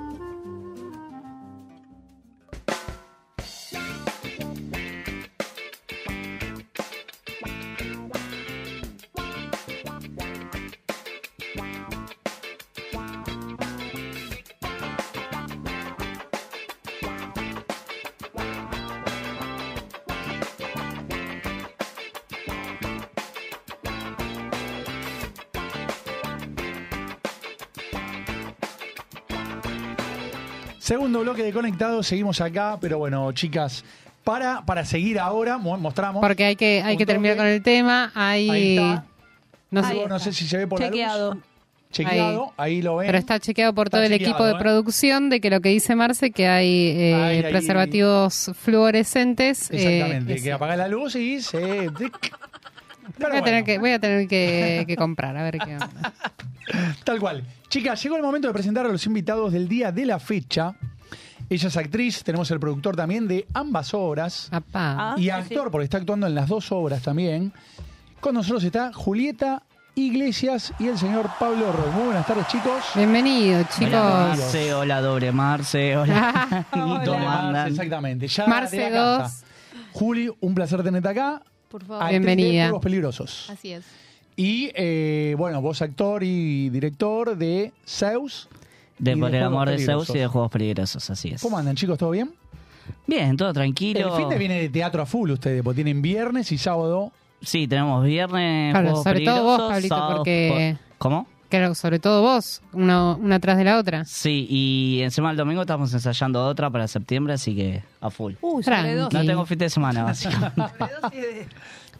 S3: Segundo bloque de Conectados, seguimos acá, pero bueno, chicas, para, para seguir ahora, mu- mostramos.
S5: Porque hay que, hay
S3: Un
S5: que terminar
S3: toque.
S5: con el tema. Hay,
S3: Ahí está.
S5: no
S3: Luego
S5: sé,
S4: Ahí
S3: no
S4: está.
S3: sé si se ve por la
S4: Chequeado.
S3: luz. Chequeado, ahí, lo ven.
S5: pero está eh, chequeado por
S3: Está
S5: todo el
S3: chequeado,
S5: equipo de
S3: ¿eh?
S5: producción de que lo que dice Marce, que hay eh,
S3: Hay ahí-
S5: preservativos fluorescentes. eh,
S3: Exactamente,
S5: es-
S3: que apaga la luz y se. Pero
S5: voy, a tener
S3: bueno,
S5: que, voy a tener que, que comprar, a ver qué onda.
S3: Tal cual. Chicas, llegó el momento de presentar a los invitados del día de la fecha. Ella es actriz, tenemos el productor también de ambas obras.
S5: Apá.
S4: Ah,
S3: y
S4: sí,
S3: actor, porque está actuando en las dos obras también. Con nosotros está Julieta Iglesias y el señor Pablo Roy. Muy buenas tardes, chicos.
S5: Bienvenido,
S10: Hola
S5: chicos.
S10: Marce, hola doble Marce, hola. Guito,
S3: Doble
S10: ¿cómo
S3: Marce,
S10: andan?
S3: exactamente. Ya
S5: Marce
S3: de la casa.
S5: dos. Oh.
S3: Juli, un placer tenerte acá.
S4: Por favor.
S3: Actriz de
S5: Bienvenida.
S3: Juegos Peligrosos.
S5: Así es.
S3: Y, eh, bueno, vos actor y director de Zeus. y
S10: De
S3: de
S10: por el
S3: Juegos
S10: amor de Zeus
S3: Peligrosos.
S10: y de Juegos Peligrosos, así es.
S3: ¿Cómo andan, chicos? ¿Todo bien?
S10: Bien, todo tranquilo.
S3: El fin de viene de teatro a full ustedes, porque tienen viernes y sábado.
S10: Sí, tenemos viernes,
S5: Claro,
S10: Juegos
S5: sobre todo
S10: Peligrosos.
S5: vos, Pablito,
S10: sábados
S5: porque-
S10: por- ¿Cómo?
S5: Claro, sobre todo vos, una, una atrás de la otra.
S10: Sí, y encima el domingo estamos ensayando otra para septiembre, así que a full.
S4: Uy,
S5: Tranqui.
S4: sobredosis.
S10: No tengo fin de semana, básicamente.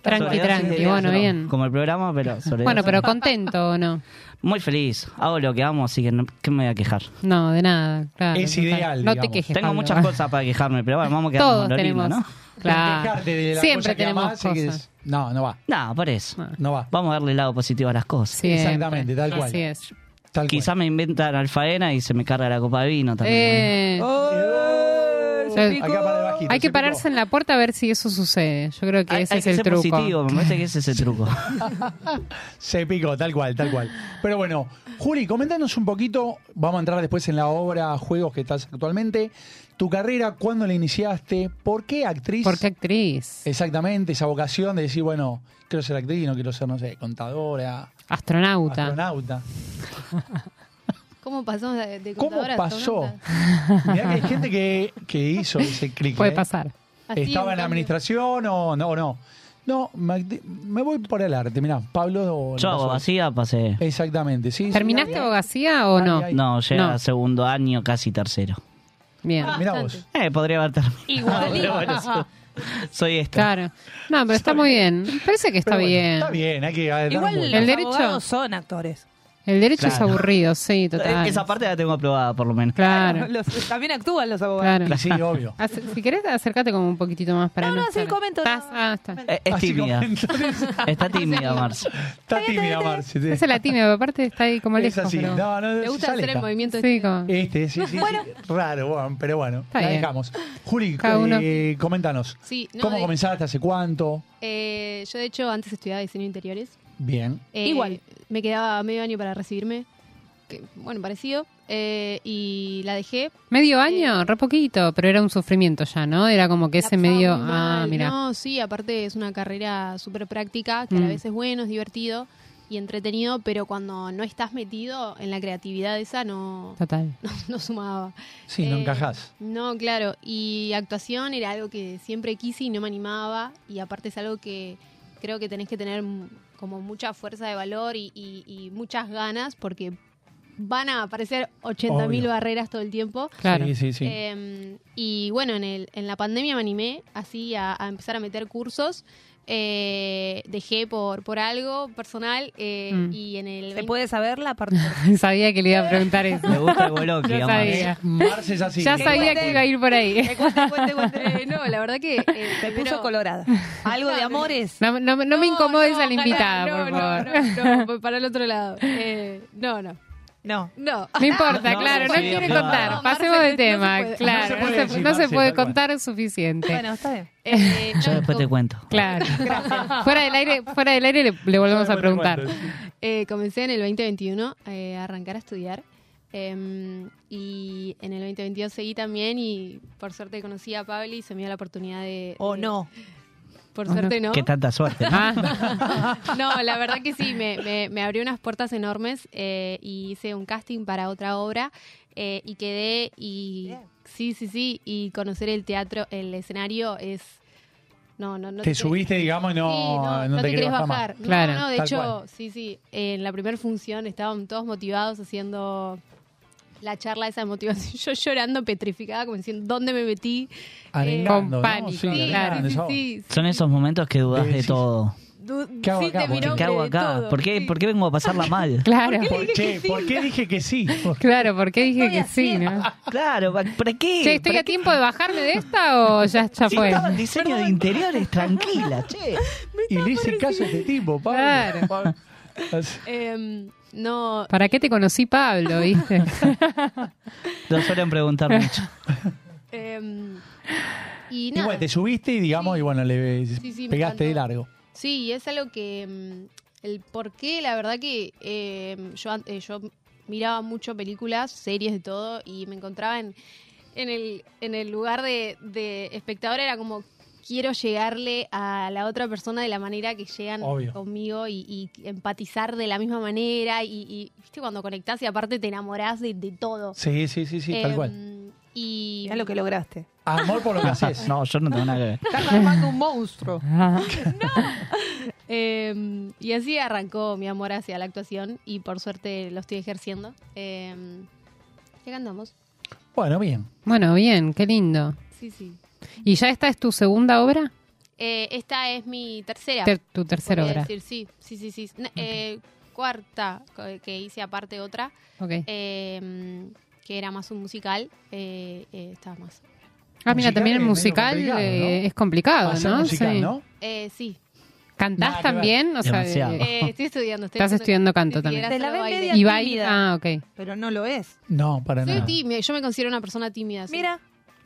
S5: Tranqui,
S10: Sobredosis de
S5: tranqui,
S10: días,
S5: bueno,
S10: no,
S5: bien.
S10: Como el programa, pero sobre
S5: Bueno, pero contento o no.
S10: Muy feliz, hago lo que amo, así que no, ¿qué me voy a quejar?
S5: No, de nada, claro.
S3: Es
S5: total.
S3: ideal,
S5: No
S3: digamos.
S5: te quejes.
S10: Tengo
S5: Pablo.
S10: muchas cosas para quejarme, pero bueno, vamos a quedarnos
S5: Todos
S10: con lo lindo,
S5: tenemos.
S10: ¿no?
S5: Claro.
S3: Dejarte de la cosa
S5: Siempre
S3: que
S5: tenemos
S3: amás y
S5: cosas.
S3: que des- No, no va.
S10: No, por eso.
S3: No va.
S10: Vamos a darle el lado positivo a las cosas.
S5: Siempre.
S3: Exactamente, tal cual.
S5: Así es.
S3: Tal cual.
S10: Quizás me inventan alfaena y se me carga la copa de vino también.
S5: Eh,
S4: ¡Ay, se
S5: Sí.
S4: picó!
S3: Acá para el bajito,
S5: hay que
S3: se
S5: pararse
S3: picó.
S5: en la puerta a ver si eso sucede. Yo creo que
S10: Hay-
S5: ese
S10: hay
S5: es
S10: que
S5: el
S10: ser
S5: truco.
S10: positivo, me parece que ese es el truco.
S3: Se picó, tal cual, tal cual. Pero bueno, Juli, comentanos un poquito, vamos a entrar después en la obra, juegos que estás actualmente, tu carrera, cuándo la iniciaste, por qué actriz.
S5: ¿Por qué actriz?
S3: Exactamente, esa vocación de decir, bueno, quiero ser actriz, no quiero ser, no sé, contadora,
S5: Astronauta.
S3: astronauta.
S11: ¿Cómo pasamos de, de
S3: ¿Cómo
S11: contadora a
S3: pasó?
S11: astronauta?
S3: Mirá que hay gente que, que hizo ese clic.
S5: Puede
S3: ¿eh?
S5: pasar.
S11: Así,
S3: ¿Estaba
S11: un
S3: en la
S11: cambio.
S3: administración o no? No, no me, me voy por el arte. Mirá, Pablo.
S10: Yo hago vacía, pasé.
S3: Exactamente, sí. sí,
S5: ¿Terminaste abogacía o
S3: Ahí,
S5: no?
S3: ahí.
S10: No, llega
S5: No.
S10: segundo año, casi tercero.
S5: Bien.
S3: Mirá vos.
S10: Eh, podría haber terminado.
S11: Igualito.
S10: Pero bueno, so- soy esta.
S5: Claro. No, pero está muy bien. Parece que está
S3: Pero bueno,
S5: bien.
S3: Está bien, hay que
S4: Igual
S3: adelantar un
S4: los
S3: poco.
S5: El derecho-
S4: abogados son actores.
S5: El derecho es
S10: Claro.
S5: aburrido, sí, total.
S10: Esa parte la tengo aprobada, por lo menos.
S5: Claro.
S11: Los- también actúan los abogados.
S5: Claro.
S10: Sí, obvio.
S5: Ace- Si querés, acércate como un poquitito más para
S11: No,
S5: no.
S11: no, sí,
S5: estar-
S11: comento.
S5: Estás- ah, está.
S10: Eh, Es tímida. Está tímida, Marce.
S3: Está tímida, Marce. sí.
S5: Esa es la tímida, pero aparte está ahí como
S3: Es
S5: lejos.
S3: así,
S5: pero-
S3: no, no, Le gusta sale hacer el acá.
S5: Sí,
S3: movimiento
S5: como-
S3: Este, sí, sí, sí. Raro, bueno, pero bueno,
S5: Está
S3: la
S5: bien.
S3: dejamos. Juli,
S5: Cada uno.
S3: eh, coméntanos.
S11: Sí, no,
S3: ¿Cómo
S11: de-
S3: comenzaste? ¿Hace cuánto?
S11: Eh, yo, de hecho, antes estudiaba diseño de interiores.
S3: Bien.
S11: Igual. Me quedaba medio año para recibirme. que, bueno, parecido. eh, y la dejé.
S5: Medio año,
S11: eh.
S5: re poquito, pero era un sufrimiento ya, ¿no? Era como que ese medio. Ah,
S11: Mal,
S5: mira.
S11: No, sí, aparte es una carrera súper práctica, que a la
S5: Mm.
S11: vez es bueno, es divertido y entretenido, pero cuando no estás metido en la creatividad esa no,
S5: Total.
S11: no, no sumaba.
S3: Sí, no
S11: Eh,
S3: encajás.
S11: No, claro. Y actuación era algo que siempre quise y no me animaba. Y aparte es algo que creo que tenés que tener m- como mucha fuerza de valor y, y- y muchas ganas porque van a aparecer 80.000
S3: Obvio.
S11: barreras todo el tiempo.
S3: Claro. Sí, sí, sí.
S11: Eh, y bueno, en, el, en la pandemia me animé así a, a empezar a meter cursos. Eh, dejé por, por algo personal eh,
S5: Mm.
S11: y en el...
S12: ¿Se puede saber la parte?
S5: sabía que le iba a preguntar eso.
S10: Me gusta el boloqui,
S5: Ya
S10: Marce.
S5: sabía.
S3: Marce es así.
S5: Ya
S3: Que
S5: sabía
S3: cuente.
S5: que iba a ir por ahí.
S11: Eh, no, la verdad que...
S12: Te puso colorada. Algo de amores.
S5: No, no- no me incomodes a la invitada,
S11: no,
S5: por
S11: no,
S5: favor.
S11: no, no, voy para el otro lado. Eh, no, no.
S12: No.
S11: No.
S5: No importa,
S11: No,
S5: claro, no
S11: sí,
S5: quiere
S11: no.
S5: contar.
S11: No,
S5: Pasemos
S11: Marce,
S5: de
S11: no
S5: tema,
S11: se puede.
S5: claro.
S11: No se
S5: No
S11: puede
S5: se,
S11: decir,
S5: no se
S11: Marce,
S5: puede
S11: tal cual.
S5: contar suficiente.
S12: Bueno, está bien.
S11: Eh,
S10: Yo después te cuento.
S5: Claro. Fuera del aire, fuera del aire le, le volvemos a preguntar.
S11: eh, comencé en el 2021 eh, a arrancar a estudiar. Em, y en el 2022 seguí también y por suerte conocí a Pablo y se me dio la oportunidad de...
S12: ¿O
S11: de-
S12: no?
S11: Por suerte no.
S10: Qué tanta suerte. ¿no?
S11: No, la verdad que sí, me, me- me abrió unas puertas enormes eh, y hice un casting para otra obra eh, y quedé y sí, sí, sí, y conocer el teatro, el escenario es... No, no, no
S3: Te
S11: querés-
S3: subiste, digamos, y no,
S11: Sí, no,
S3: no,
S11: no te,
S3: querés
S11: querés
S3: bajar. más.
S11: bajar. No, No, de
S3: Tal
S11: hecho,
S3: cual.
S11: sí, sí, en la primera función estaban todos motivados haciendo la charla esa de motivación, yo llorando petrificada como diciendo, ¿dónde me metí?
S10: Arengando, ¿no?
S11: con pánico.
S10: Sí,
S11: Sí,
S10: arengando,
S11: sí,
S10: esa
S11: sí,
S10: Son esos momentos que dudas de
S3: Decís,
S10: todo.
S11: Du-
S3: ¿Qué hago
S11: sí,
S3: acá,
S11: te
S3: boludo?
S11: miró
S10: ¿Qué hago
S11: de
S10: acá?
S11: todo.
S10: ¿Por, qué, ¿Por qué vengo a pasarla mal?
S5: Claro.
S3: ¿Por, che, ¿por qué dije que sí?
S5: Claro, porque dije que sí, ¿no?
S10: Claro, ¿para qué?
S5: Che, ¿estoy a tiempo de bajarme de esta o ya, ya
S10: Si
S5: fue?
S10: estaba en diseño de interiores, tranquila, che.
S3: Y le hice caso a este tipo, Pablo.
S5: Claro.
S3: Pablo.
S11: Em, no,
S5: ¿Para qué te conocí, Pablo? ¿Viste?
S10: No suelen preguntar mucho.
S11: em, y nada.
S3: Igual, te subiste y digamos, y bueno, le
S11: Sí, sí, me
S3: pegaste de
S11: encantó.
S3: largo.
S11: Sí, y es algo que mm, el por qué, la verdad que eh, yo, an- eh, yo miraba mucho películas, series de todo, y me encontraba en, en, el, en el lugar de, de espectador, era como quiero llegarle a la otra persona de la manera que llegan
S3: Obvio.
S11: conmigo y, y empatizar de la misma manera, y, y, viste cuando conectás y aparte te enamorás de, de todo.
S3: Sí, sí, sí, sí, tal cual.
S11: Em, Y
S12: Mirá lo que lograste.
S3: Amor por lo que haces.
S10: No, yo no tengo nada que ver.
S12: Estás armando un monstruo.
S5: Ah,
S11: Eh, y así arrancó mi amor hacia la actuación y por suerte lo estoy ejerciendo. Eh, y acá andamos.
S3: Bueno, bien.
S5: Bueno, bien, qué lindo.
S11: Sí, sí.
S5: ¿Y ya esta es tu segunda obra?
S11: Eh, esta es mi tercera.
S5: Ter- tu tercera
S11: podría
S5: obra.
S11: decir, sí, sí, sí. sí. No, eh, cuarta, co- que hice aparte otra,
S5: Ok.
S11: eh, que era más un musical. Eh, eh, estaba más.
S5: Ah, mira,
S3: musical
S5: también el
S3: es medio
S5: musical
S3: complicado,
S5: eh,
S3: ¿no?
S5: es complicado,
S3: Hacer
S5: ¿no?
S3: musical,
S5: Sí.
S3: ¿no?
S11: Eh, sí.
S5: ¿Cantás
S3: Nada que ver.
S5: también? O sea,
S10: Demasiado.
S5: eh,
S11: Eh, estoy estudiando. estoy
S5: estás estudiando canto
S11: sí, sí,
S5: también.
S11: era
S12: Te la
S11: solo
S12: ven
S11: baile.
S12: media
S5: ¿Y baile?
S12: tímida.
S5: Ah, ok.
S12: Pero no lo es.
S3: No, para
S11: Soy
S3: nada.
S11: tímida. Yo me considero una persona tímida. sí.
S12: Mira,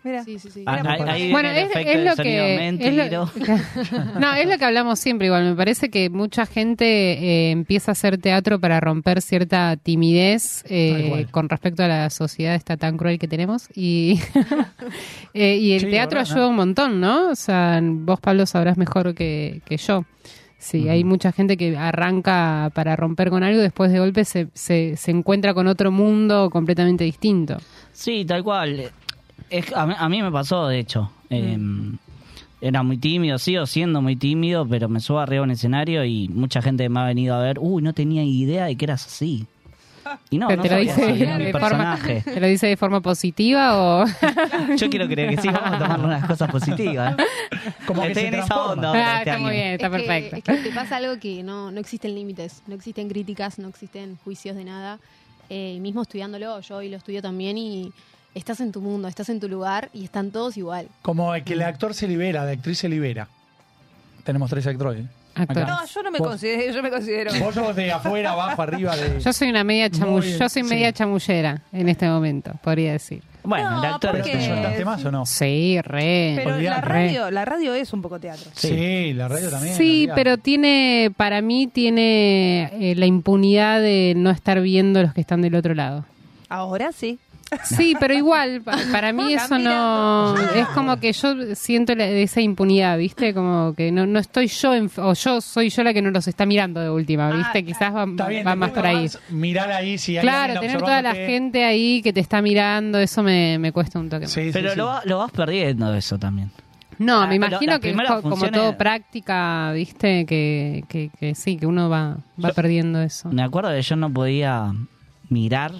S12: mira.
S11: Sí, sí, sí.
S10: Ah, ahí- ahí viene
S5: Bueno,
S10: el
S5: es,
S10: efecto
S5: es
S10: del
S5: lo
S10: sonido
S5: que. es lo-
S10: mentiro.
S5: no, es lo que hablamos siempre, igual. Me parece que mucha gente eh, empieza a hacer teatro para romper cierta timidez eh,
S3: Tal cual.
S5: con respecto a la sociedad esta tan cruel que tenemos. Y, eh, y el
S3: Sí, la
S5: teatro
S3: verdad,
S5: ayuda
S3: ¿no?
S5: un montón, ¿no? O sea, vos, Pablo, sabrás mejor que, que yo. Sí, hay mucha gente que arranca para romper con algo y después de golpe se, se, se encuentra con otro mundo completamente distinto.
S10: Sí, tal cual. Es- a, mí, a mí me pasó, de hecho. Eh, era muy tímido, sigo siendo muy tímido, pero me subo arriba a un escenario y mucha gente me ha venido a ver. Uy, no tenía idea de que eras así. Y no,
S5: Pero
S10: no
S5: te lo
S10: sabía
S5: dice
S10: si era
S5: de
S10: mi
S5: forma-
S10: personaje.
S5: ¿Te lo dice de forma positiva o...?
S10: Yo quiero creer que sí, vamos a tomar unas cosas positivas.
S3: Como
S10: que en esa onda ahora
S5: Ah,
S10: este
S5: está muy
S10: año.
S5: bien, está
S11: Es que-
S5: perfecto.
S11: Es que te pasa algo que no, no existen límites, no existen críticas, no existen juicios de nada. Eh, y mismo estudiándolo, yo hoy lo estudio también y estás en tu mundo, estás en tu lugar y están todos igual.
S3: Como que el actor se libera, la actriz se libera. Tenemos tres actores. Acá.
S12: No, yo no me
S3: Vos-
S12: considero, yo me considero.
S3: Vos sos de afuera, abajo, arriba, de...
S5: Yo soy una media chamu-
S3: Muy-
S5: yo soy media chamullera en este momento, podría decir.
S10: Bueno,
S12: No,
S10: el actor
S12: porque-
S10: es tuyo.
S3: ¿Cantaste más o no?
S5: Sí, re.
S12: Pero la
S5: re.
S12: radio, la radio es un poco teatro.
S3: Sí, la radio también.
S5: Sí,
S3: la radio.
S5: pero tiene, para mí tiene eh, la impunidad de no estar viendo los que están del otro lado.
S12: Ahora sí.
S5: Sí, pero igual, pa- para mí eso no... Es como que yo siento la- esa impunidad, ¿viste? Como que no, no estoy yo, en- o yo soy yo la que no los está mirando de última, ¿viste? Quizás va,
S3: Está bien,
S5: va
S3: te
S5: más
S3: gusta
S5: por ahí.
S3: más Mirar ahí si hay
S5: Claro,
S3: alguien
S5: tener toda la
S3: observándote.
S5: gente ahí que te está mirando, eso me, me cuesta un toque. más.
S3: Sí, sí,
S10: Pero
S3: sí.
S10: lo, va- lo vas perdiendo eso también.
S5: No, me
S10: Ah, pero
S5: imagino
S10: las
S5: que
S10: primeras
S5: co- como
S10: funciones-
S5: todo práctica, viste, que, que, que sí, que uno va, va perdiendo eso.
S10: Me acuerdo que yo no podía mirar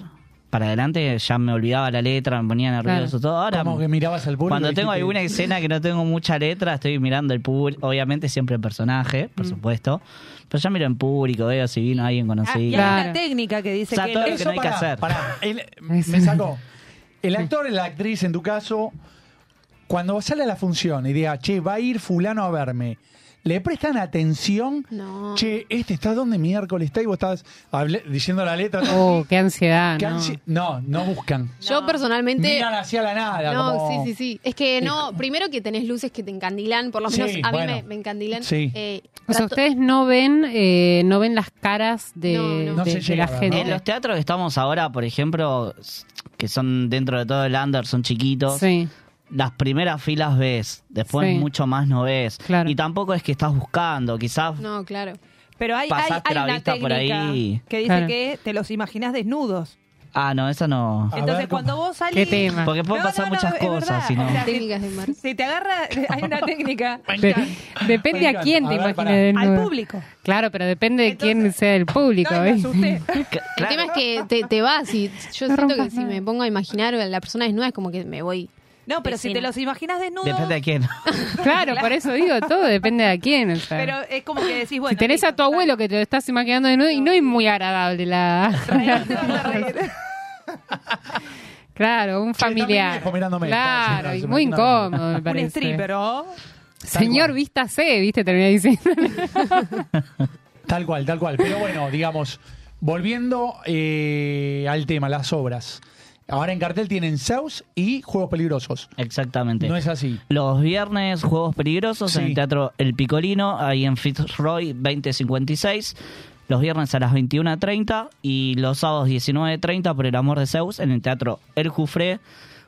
S10: para adelante, ya me olvidaba la letra, me ponía nervioso
S5: Claro.
S10: todo. Ahora,
S3: Como que mirabas al público.
S10: cuando
S3: y
S10: tengo
S3: dijiste,
S10: alguna escena que no tengo mucha letra, estoy mirando el público, obviamente siempre el personaje,
S3: Mm.
S10: por supuesto, pero ya miro en público, veo si vino
S12: Ah,
S10: alguien
S12: y
S10: conocido.
S12: hay una técnica que dice
S10: O sea,
S12: que
S10: todo
S12: lo-
S10: lo que no hay que
S3: pará,
S10: hacer.
S3: pará, el- me sacó. El actor, la actriz, en tu caso, cuando sale a la función y diga, che, va a ir fulano a verme, ¿le prestan atención?
S11: No.
S3: Che, este está donde miércoles está y vos estás hable- diciendo la letra.
S5: Oh, qué ansiedad,
S3: ¿Qué
S5: ¿no?
S3: ansi- no. no, buscan.
S11: Yo personalmente...
S3: Miran hacia la nada.
S11: No,
S3: como-
S11: sí, sí, sí. Es que no, primero que tenés luces que te encandilan, por lo
S3: Sí,
S11: menos a mí
S3: bueno.
S11: me, me encandilan.
S3: Sí.
S11: Eh,
S5: O sea,
S11: trato-
S5: ustedes no ven, eh, no ven las caras de,
S11: No,
S3: no.
S5: de-
S3: No se
S5: de
S3: llega
S5: la
S3: a ver,
S5: gente.
S10: En los teatros que estamos ahora, por ejemplo, s- que son dentro de todo el under, son chiquitos.
S5: Sí.
S10: Las primeras filas ves, después
S5: Sí.
S10: mucho más no ves.
S5: Claro.
S10: Y tampoco es que estás buscando, quizás
S11: No, claro.
S12: Pero hay, hay,
S10: Pasaste
S12: hay
S10: la
S12: una
S10: vista por
S12: técnica
S10: ahí.
S12: que dice
S5: Claro.
S12: que te los imaginás desnudos.
S10: Ah, no, esa no.
S3: A
S12: Entonces,
S3: ver,
S12: cuando vos salís...
S5: Qué tema.
S10: Porque pueden
S12: No,
S10: pasar
S12: no, no,
S10: muchas
S12: es verdad.
S10: cosas, si no.
S12: O sea,
S11: Técnicas de mar.
S12: Si te agarra, hay una técnica
S5: De- depende a quién
S3: A
S5: te
S3: ver, pará.
S5: imagines
S12: al
S5: desnudo.
S12: público.
S5: Claro, pero depende de
S12: Entonces-
S5: quién sea el público.
S12: No, y me
S5: ¿viste?
S12: asusté.
S10: C-
S11: El
S10: claro.
S11: tema es que te, te vas y yo
S5: No
S11: siento que
S5: rompas
S11: si
S5: nada.
S11: me pongo a imaginar a la persona desnuda es como que me voy.
S12: No, pero si te
S11: Escena.
S12: los imaginas desnudos,
S10: Depende de quién.
S5: Claro, por eso digo, todo depende de a quién. o sea.
S12: pero es como que decís, bueno...
S5: si tenés a
S12: listo,
S5: tu abuelo que te lo estás imaginando de nuevo y no es muy agradable la...
S12: te vas a reír.
S5: Claro, un
S3: está mi
S5: familiar.
S3: viejo mirándome.
S5: claro,
S3: Está, sí,
S5: y
S3: no,
S5: muy
S3: se imagina.
S5: incómodo, me
S12: Un
S5: parece.
S12: stripper, ¿o?
S5: Señor, vístase, viste, terminé diciendo.
S3: Tal cual, tal cual. Pero bueno, digamos, volviendo eh, al tema, las obras. Ahora en cartel tienen Saus y Juegos Peligrosos.
S10: Exactamente.
S3: No es así.
S10: Los viernes, Juegos Peligrosos en
S3: Sí.
S10: el Teatro El Picolino, ahí en Fitzroy 2056. Los viernes a las 21.30 y los sábados 19.30 por el amor de Zeus en el Teatro El Jufré,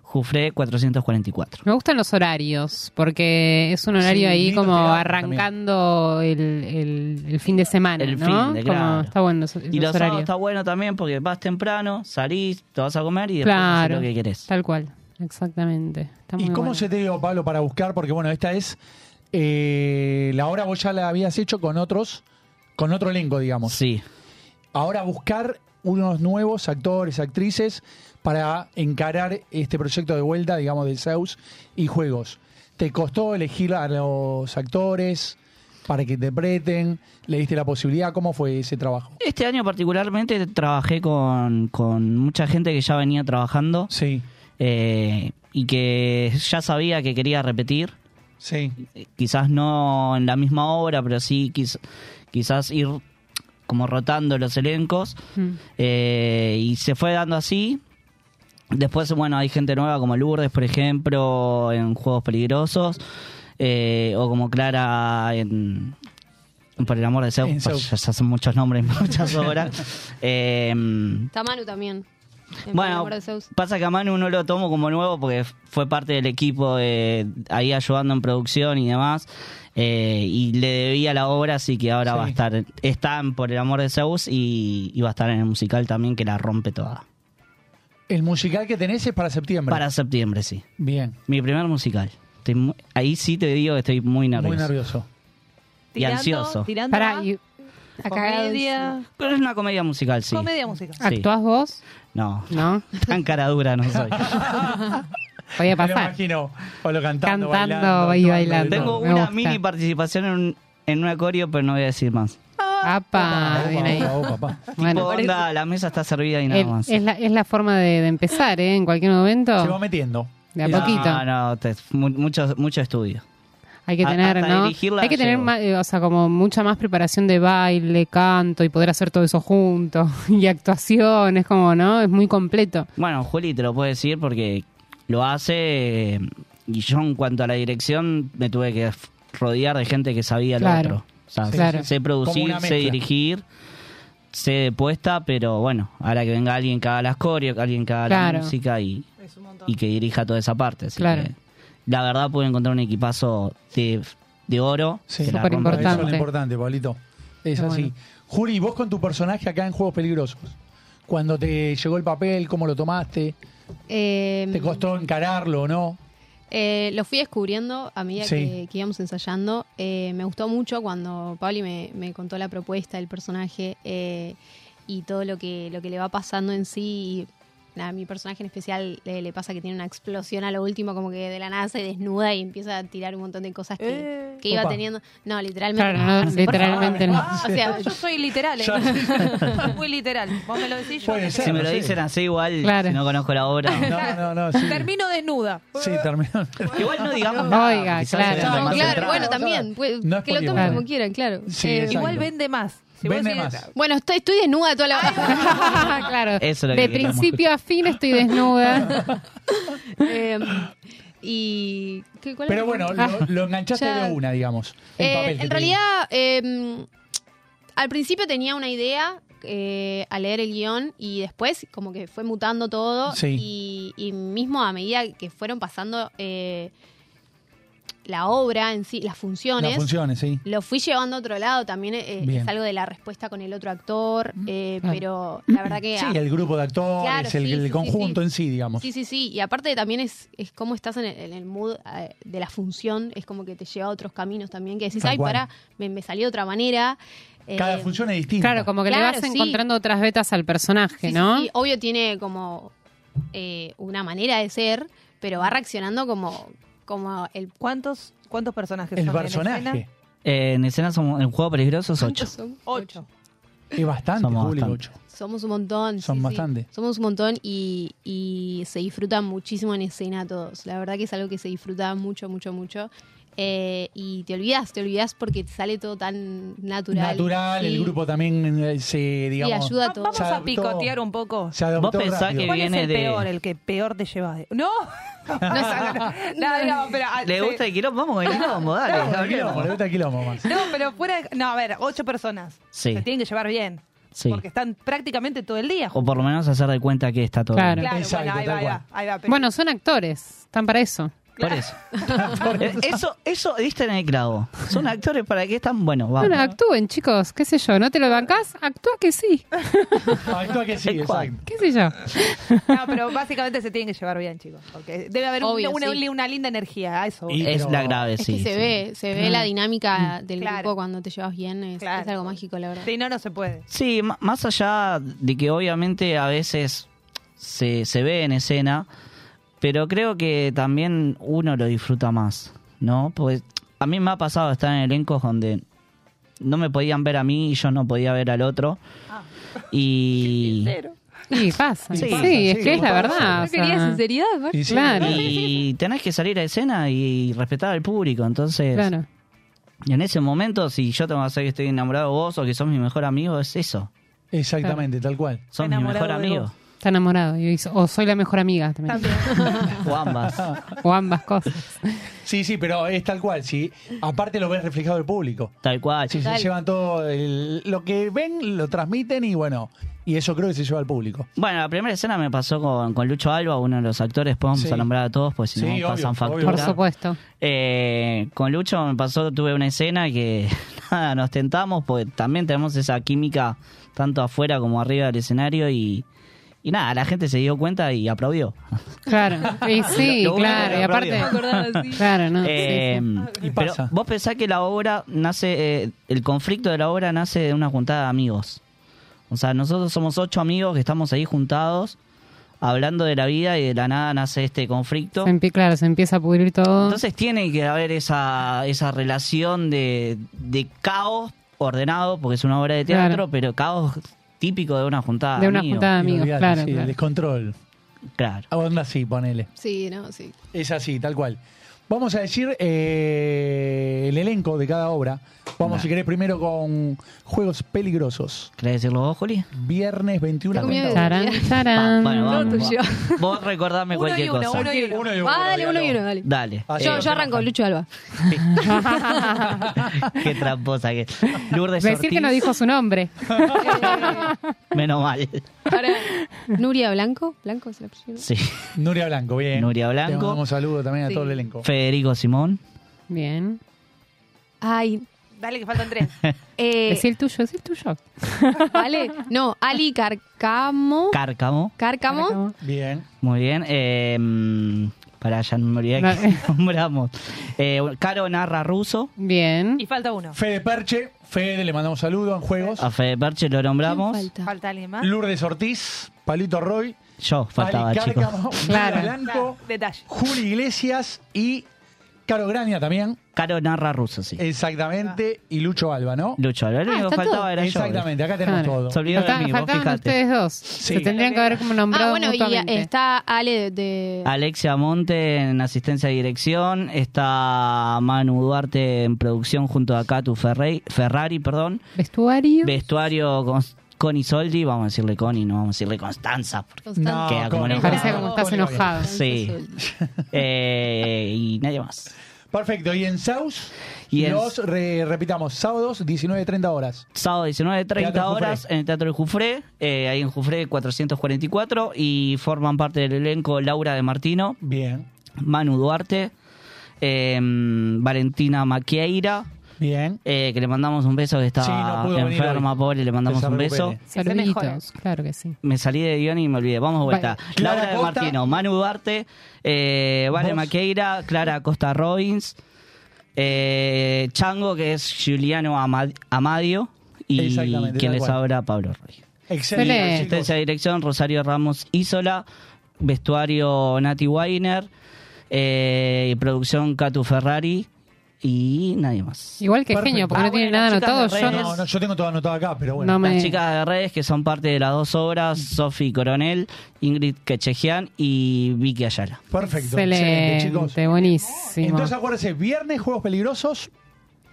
S10: Jufré 444.
S5: Me gustan los horarios, porque es un horario
S3: Sí,
S5: ahí
S3: lindo
S5: como
S3: quedaba
S5: arrancando el, el- el fin de semana,
S10: El
S5: ¿no?
S10: fin de,
S5: Como
S10: claro.
S5: está bueno esos,
S10: y
S5: esos
S10: los sábados
S5: horarios.
S10: está bueno también porque vas temprano, salís, te vas a comer y después haces
S5: claro,
S10: lo que querés.
S5: tal cual, exactamente. Está
S3: ¿Y
S5: muy
S3: cómo
S5: bueno.
S3: se te dio, Pablo, para buscar? Porque bueno, esta es eh, la obra vos ya la habías hecho con otros, con otro elenco, digamos.
S10: Sí.
S3: Ahora buscar unos nuevos actores, actrices para encarar este proyecto de vuelta, digamos, de Zeus y Juegos. ¿Te costó elegir a los actores para que interpreten? ¿Le diste la posibilidad? ¿Cómo fue ese trabajo?
S10: Este año particularmente trabajé con, con mucha gente que ya venía trabajando
S3: Sí,
S10: eh, y que ya sabía que quería repetir.
S3: sí.
S10: Eh, Quizás no en la misma obra, pero sí quiz- quizás ir como rotando los elencos.
S5: Mm.
S10: Eh, y se fue dando así. Después, bueno, hay gente nueva como Lourdes, por ejemplo, en Juegos Peligrosos. eh, o como Clara en... en Por el amor de Zeus.
S3: En Zeus.
S10: Pues, Ya son muchos nombres, muchas obras. Eh,
S11: Está Manu también. en Por el
S10: bueno,
S11: amor de Zeus.
S10: pasa que a Manu no lo tomo como nuevo porque f- fue parte del equipo de- ahí ayudando en producción y demás. eh, y le debía la obra, así que ahora
S3: Sí.
S10: va a estar, está en por el amor de Zeus y, y va a estar en el musical también que la rompe toda.
S3: El musical que tenés es para septiembre.
S10: Para septiembre, sí.
S3: Bien,
S10: Mi primer musical. Estoy mu- ahí sí te digo que estoy muy nervioso.
S3: muy nervioso.
S10: Y ansioso.
S12: Tirando
S5: Pará,
S12: a-
S5: y-
S11: Acá
S12: Comedia.
S10: Pero es una comedia musical, sí.
S12: Comedia música.
S10: Sí.
S5: ¿Actuás vos?
S10: No. ¿No? Tan cara dura no soy.
S5: Voy a
S3: Me lo
S5: pasar.
S3: imagino, Pablo cantando,
S5: Cantando
S3: bailando.
S5: y bailando.
S10: Tengo
S5: Me
S10: una
S5: gusta.
S10: mini participación en, un- en una coreo, pero no voy a decir más.
S12: Ah.
S5: Apa, Ah, bien ahí.
S10: Tipo,
S5: Bueno.
S10: onda, la mesa está servida y nada
S5: Eh,
S10: más.
S5: es, la, es la forma de, de empezar, ¿eh? En cualquier momento.
S3: metiendo.
S5: De a
S10: No,
S5: poquito.
S10: No, te- mu- mucho, mucho estudio.
S5: Hay que
S10: A-
S5: tener,
S10: hasta
S5: ¿no?
S10: dirigirla
S5: Hay que tener,
S10: llego.
S5: ma- eh, o sea, como mucha más preparación de baile, canto y poder hacer todo eso junto. Y actuación, es como, ¿no? Es muy completo.
S10: Bueno, Juli te lo puedo decir porque lo hace eh, y yo en cuanto a la dirección me tuve que f- rodear de gente que sabía
S5: Claro.
S10: lo otro. O sea,
S5: Sí, claro.
S10: sé
S5: Como
S10: producir,
S5: una
S10: sé
S5: mezcla.
S10: dirigir, sé de puesta, pero bueno, ahora que venga alguien que haga las coreos, alguien que haga
S5: Claro.
S10: la música y, y que dirija toda esa parte. Así
S5: Claro.
S10: que, la verdad pude encontrar un equipazo de, de oro. que la rompe.
S3: Eso es lo importante, Pablito. Es
S10: Qué
S3: así.
S10: bueno.
S3: Juli, vos con tu personaje acá en Juegos Peligrosos, cuando te llegó el papel, cómo lo tomaste,
S11: Eh,
S3: te costó encararlo o no.
S11: Eh, lo fui descubriendo a medida
S3: Sí.
S11: que, que íbamos ensayando. Eh, me gustó mucho cuando Pauli me, me contó la propuesta del personaje eh, y todo lo que, lo que le va pasando en sí. Y, nada, mi personaje en especial eh, le pasa que tiene una explosión a lo último, como que de la nada se desnuda y empieza a tirar un montón de cosas que,
S12: Eh.
S11: que iba
S5: Opa.
S11: teniendo. No, literalmente.
S5: Claro, no,
S11: Por favor.
S5: literalmente no.
S11: O sea,
S12: yo soy literal, ¿eh? Muy literal. Vos me lo decís yo. me
S10: Si me lo
S12: creo.
S10: dicen así igual,
S5: Claro.
S10: si no conozco la obra.
S3: No, no,
S12: Termino desnuda.
S3: Sí, terminó.
S10: Igual no digamos
S5: Oiga,
S10: quizás
S5: claro.
S10: sea lo más
S11: claro,
S10: central.
S5: Ah,
S11: bueno, también. pues,
S10: No es
S11: que lo tomen
S10: polivalente.
S11: como quieran, claro.
S10: Sí,
S11: Eh,
S10: exacto.
S12: Igual vende más. Si vos
S10: Vende
S12: decís-
S10: más.
S11: Bueno, estoy, estoy desnuda toda la
S5: claro.
S10: Eso es lo que
S5: de
S10: queríamos.
S5: principio a fin estoy desnuda.
S11: Eh, y. ¿qué- cuál
S3: Pero
S11: era?
S3: bueno,
S11: Ah.
S3: lo, lo enganchaste
S11: Ya.
S3: de una, digamos. el
S11: Eh,
S3: papel que
S11: en
S3: te-
S11: realidad, eh, al principio tenía una idea eh, al leer el guión y después, como que fue mutando todo.
S3: Sí.
S11: Y, y mismo a medida que fueron pasando eh, la obra en sí, las funciones.
S3: Las funciones, sí.
S11: Lo fui llevando a otro lado, también eh,
S3: Bien. Mm.
S11: es algo de la respuesta con el otro actor, eh,
S3: claro.
S11: pero la verdad que...
S3: Sí,
S11: ah,
S3: el grupo de actores,
S11: Claro,
S3: el,
S11: sí,
S3: el
S11: sí, sí,
S3: conjunto en sí, digamos.
S11: Sí, sí, sí. Y aparte también es, es cómo estás en el, en el mood eh, de la función. Es como que te lleva a otros caminos también. Que decís,
S3: Tal
S11: ay,
S3: cual.
S11: pará, me, me salió de otra manera. Eh,
S3: Cada función es distinta.
S5: eh, Claro, como que le vas encontrando otras vetas al personaje, ¿no?
S11: obvio tiene como eh, una manera de ser, pero va reaccionando como, como el...
S12: ¿Cuántos, ¿Cuántos personajes
S11: son
S12: en personaje. escena?
S10: Eh, en escena somos, en juego peligroso es 8.
S12: Ocho.
S3: Es bastante,
S10: Somos
S3: Juli,
S10: bastante.
S3: ocho.
S11: Somos un montón.
S3: Son
S11: sí, sí.
S3: bastante.
S11: Somos un montón y, y se disfrutan muchísimo en escena todos. La verdad que es algo que se disfruta mucho, mucho, mucho. Eh, y te olvidas, te olvidas porque te sale todo tan natural.
S3: Natural,
S11: Sí.
S3: el grupo también eh, se, digamos.
S11: ayuda a todo.
S12: Vamos
S3: se
S12: a
S3: adaptó.
S12: picotear un poco.
S3: Se adoptó Vos pensás rápido. que
S12: ¿Cuál
S10: viene
S12: es el
S10: de-
S12: peor, el que peor te llevas? de- ¡No! no, no, no, no, pero, ah,
S10: ¿Le
S12: sí.
S10: gusta el quilombo? Vamos con el quilombo, dale.
S3: Vamos, el quilombo, le gusta el quilombo más.
S12: No, pero fuera... de- No, a ver, ocho personas.
S10: Sí.
S12: Se tienen que llevar bien.
S10: Sí.
S12: Porque están prácticamente todo el día
S10: O por lo menos hacer de cuenta que está todo
S5: Claro.
S10: bien.
S12: Claro, bueno, ahí va, ahí va, ahí va, pero-
S5: Bueno, son actores, están para eso.
S10: Por eso. Eh, eso, eso diste en el clavo. Son actores para que están, bueno, vamos.
S5: Bueno, actúen, chicos, qué sé yo, ¿no te lo bancás? Actúa que sí.
S3: Actúa que sí, exacto.
S5: ¿Qué sé yo?
S12: No, pero básicamente se tienen que llevar bien, chicos. Porque debe haber un-
S11: Obvio,
S12: una,
S11: sí.
S12: una linda energía. a eso. voy. Mm.
S10: Y- es la grave,
S11: Es que
S10: sí.
S11: se
S10: sí.
S11: ve, se ve
S10: Claro.
S11: la dinámica del
S12: Claro.
S11: grupo cuando te llevas bien. Es,
S12: Claro.
S11: es algo mágico, la verdad.
S12: Si no, no se puede.
S10: Sí, ma- más allá de que obviamente a veces se, se ve en escena, pero creo que también uno lo disfruta más, ¿no? Pues a mí me ha pasado estar en elencos donde no me podían ver a mí y yo no podía ver al otro. Y.
S5: Y pasa,
S10: Sí,
S5: sí,
S10: pasa,
S5: es
S10: sí,
S5: que es la
S10: pasa.
S5: verdad.
S10: No
S5: o sea.
S10: quería sinceridad,
S5: Sí, sí. Claro.
S10: Y tenés que salir a escena y respetar al público, entonces.
S5: Claro.
S10: Y en ese momento, si yo te voy a decir que estoy enamorado de vos o que sos mi mejor amigo, es eso.
S3: Exactamente, tal cual.
S10: Sos mi mejor amigo.
S5: Está enamorado. y dice, o soy la mejor amiga también.
S10: O ambas.
S5: O ambas cosas.
S3: Sí, sí, pero es tal cual, sí. Aparte lo ves reflejado el público.
S10: Tal cual.
S3: Sí, se
S10: Tal.
S3: llevan todo el- lo que ven, lo transmiten y bueno, y eso creo que se lleva al público.
S10: Bueno, la primera escena me pasó con, con Lucho Alba, uno de los actores, después vamos
S3: Sí.
S10: a nombrar a todos, pues si
S3: Sí,
S10: no
S3: obvio,
S10: pasan factura.
S3: obvio. Por
S5: supuesto.
S10: Eh, con Lucho me pasó, tuve una escena que nada, nos pues tentamos, porque también tenemos esa química tanto afuera como arriba del escenario y, y Y nada, la gente se dio cuenta y aplaudió.
S5: Claro, y sí,
S10: Ah, Lo bueno
S5: claro,
S10: que
S5: y aparte.
S10: aplaudió.
S5: Claro, no. sí,
S10: Eh,
S5: sí.
S10: pero vos pensás que la obra nace, eh, el conflicto de la obra nace de una juntada de amigos. O sea, nosotros somos ocho amigos que estamos ahí juntados, hablando de la vida y de la nada nace este conflicto.
S5: Se empie- claro, se empieza a pudrir todo.
S10: Entonces tiene que haber esa, esa relación de, de caos ordenado, porque es una obra de teatro,
S5: Claro.
S10: pero caos típico de una juntada
S5: De una juntada de amigos,
S3: Olvidate,
S5: claro,
S3: sí,
S5: claro.
S3: El descontrol.
S10: Claro.
S3: Onda así, ponele.
S11: Sí, no, sí.
S3: Es así, tal cual. Vamos a decir eh, el elenco de cada obra. Vamos, si querés, primero con Juegos Peligrosos.
S10: ¿Querés decirlo vos, Juli?
S3: Viernes 21
S11: comí
S5: Tarán, tarán.
S10: Bueno, vamos,
S11: Todo tuyo.
S10: vamos. Vos recordame
S11: Uno
S10: cualquier
S11: y uno,
S10: cosa.
S11: uno y uno. Va, dale, uno y uno, dale.
S10: Dale.
S11: Ah,
S3: Ah,
S11: Yo,
S10: Eh,
S11: yo arranco, Lucho Alba.
S10: Qué tramposa que es. Lourdes
S5: Decir que
S10: Ortiz,
S5: no dijo su nombre.
S10: menos mal.
S11: Ahora, Nuria Blanco. Blanco se la pusieron.
S10: Sí.
S3: Nuria Blanco, bien.
S10: Nuria
S3: Te
S10: Blanco.
S3: mandamos saludo también a
S11: Sí.
S3: todo el elenco.
S10: Federico Simón.
S5: Bien.
S11: Ay,
S12: Dale que faltan tres.
S11: eh,
S5: Es el tuyo, es el tuyo.
S11: vale. No, Ali Carcamo.
S10: Cárcamo.
S11: Cárcamo.
S3: Bien.
S10: Muy bien. Eh, para ya no me olvidé
S5: No.
S10: que nombramos. Eh, Caro Narra Russo.
S5: Bien.
S12: Y falta uno.
S3: Fede Perche. Fede, le mandamos saludo en Juegos.
S10: A Fede Perche lo nombramos.
S12: Falta alguien
S5: Ah.
S12: más.
S3: Lourdes Ortiz. Palito Roy.
S10: Yo faltaba,
S3: Ali
S10: chicos.
S3: Cárcamo, Nuria
S5: Claro.
S3: Blanco.
S12: Detalle.
S3: Juli Iglesias y Caro Grania también.
S10: Caro Narra Russo, sí.
S3: Exactamente. Y Lucho Alba, ¿no?
S10: Lucho, lo único
S5: Ah, está
S10: que faltaba
S5: todo.
S10: era yo.
S3: Exactamente, acá tenemos
S5: Claro.
S3: todo.
S10: Se olvidó de
S5: Falta-
S10: mí, vos
S5: faltaban
S10: fijate.
S5: ustedes dos. Se tendrían que haber como nombrado
S11: Ah, bueno, y
S5: mutuamente.
S11: está Ale de. de-
S10: Alexia Monte en asistencia de dirección, está Manu Duarte en producción junto a Catu Ferrey- Ferrari, perdón.
S5: Vestuario.
S10: Vestuario con Connie Soldi, vamos a decirle Connie, no vamos a decirle Constanza, porque
S11: Constanza.
S10: queda como
S3: Connie.
S10: enojado.
S5: Parece como estás
S3: Oliva.
S5: enojado.
S10: Sí. Eh, y nadie más.
S3: Perfecto. Y en Saus,
S10: Y en-
S3: los re- repitamos, sábados 19.30 horas.
S10: Sábado 19.30
S3: Teatro
S10: horas
S3: Jufré.
S10: en el Teatro del Jufré, eh, ahí en Jufré 444, y forman parte del elenco Laura de Martino,
S3: Bien,
S10: Manu Duarte, eh, Valentina Maquieira,
S3: bien.
S10: eh, que le mandamos un beso, que está
S3: Sí, no pudo venir
S10: enferma,
S3: hoy.
S10: pobre, le mandamos
S3: Que se
S10: un beso.
S3: recupere.
S12: Que se mejore.
S5: Saluditos, claro que sí.
S10: Me salí de guión y me olvidé. Vamos de vuelta.
S5: Va-
S3: Clara
S10: Laura de
S3: Costa.
S10: Martino, Manu Duarte, eh, Vale
S3: Vos.
S10: Maqueira, Clara Costa Robbins, eh, Chango, que es Juliano Ama- Amadio, y
S3: Exactamente,
S10: quien
S3: tal
S10: les
S3: cual.
S10: habla, Pablo Ruiz.
S3: Excelente.
S5: Excelente.
S3: chicos.
S10: Asistencia de dirección, Rosario Ramos Isola, vestuario Nati Weiner, eh, y producción Catu Ferrari y nadie más.
S5: Igual que
S3: Perfecto.
S5: genio, porque
S10: Ah,
S5: no tiene
S10: bueno,
S5: nada
S10: chicas,
S5: anotado.
S10: las
S5: Yo
S10: redes.
S5: no,
S3: No, no, yo tengo todo anotado acá, pero bueno.
S5: no me. Mm.
S10: Las chicas de redes que son parte de las dos obras, Sofi Coronel, Ingrid Quechejian y Vicky Ayala.
S3: Perfecto. Excelente,
S5: Excelente,
S3: chicos.
S5: buenísimo.
S3: Entonces acuérdense, viernes, Juegos Peligrosos,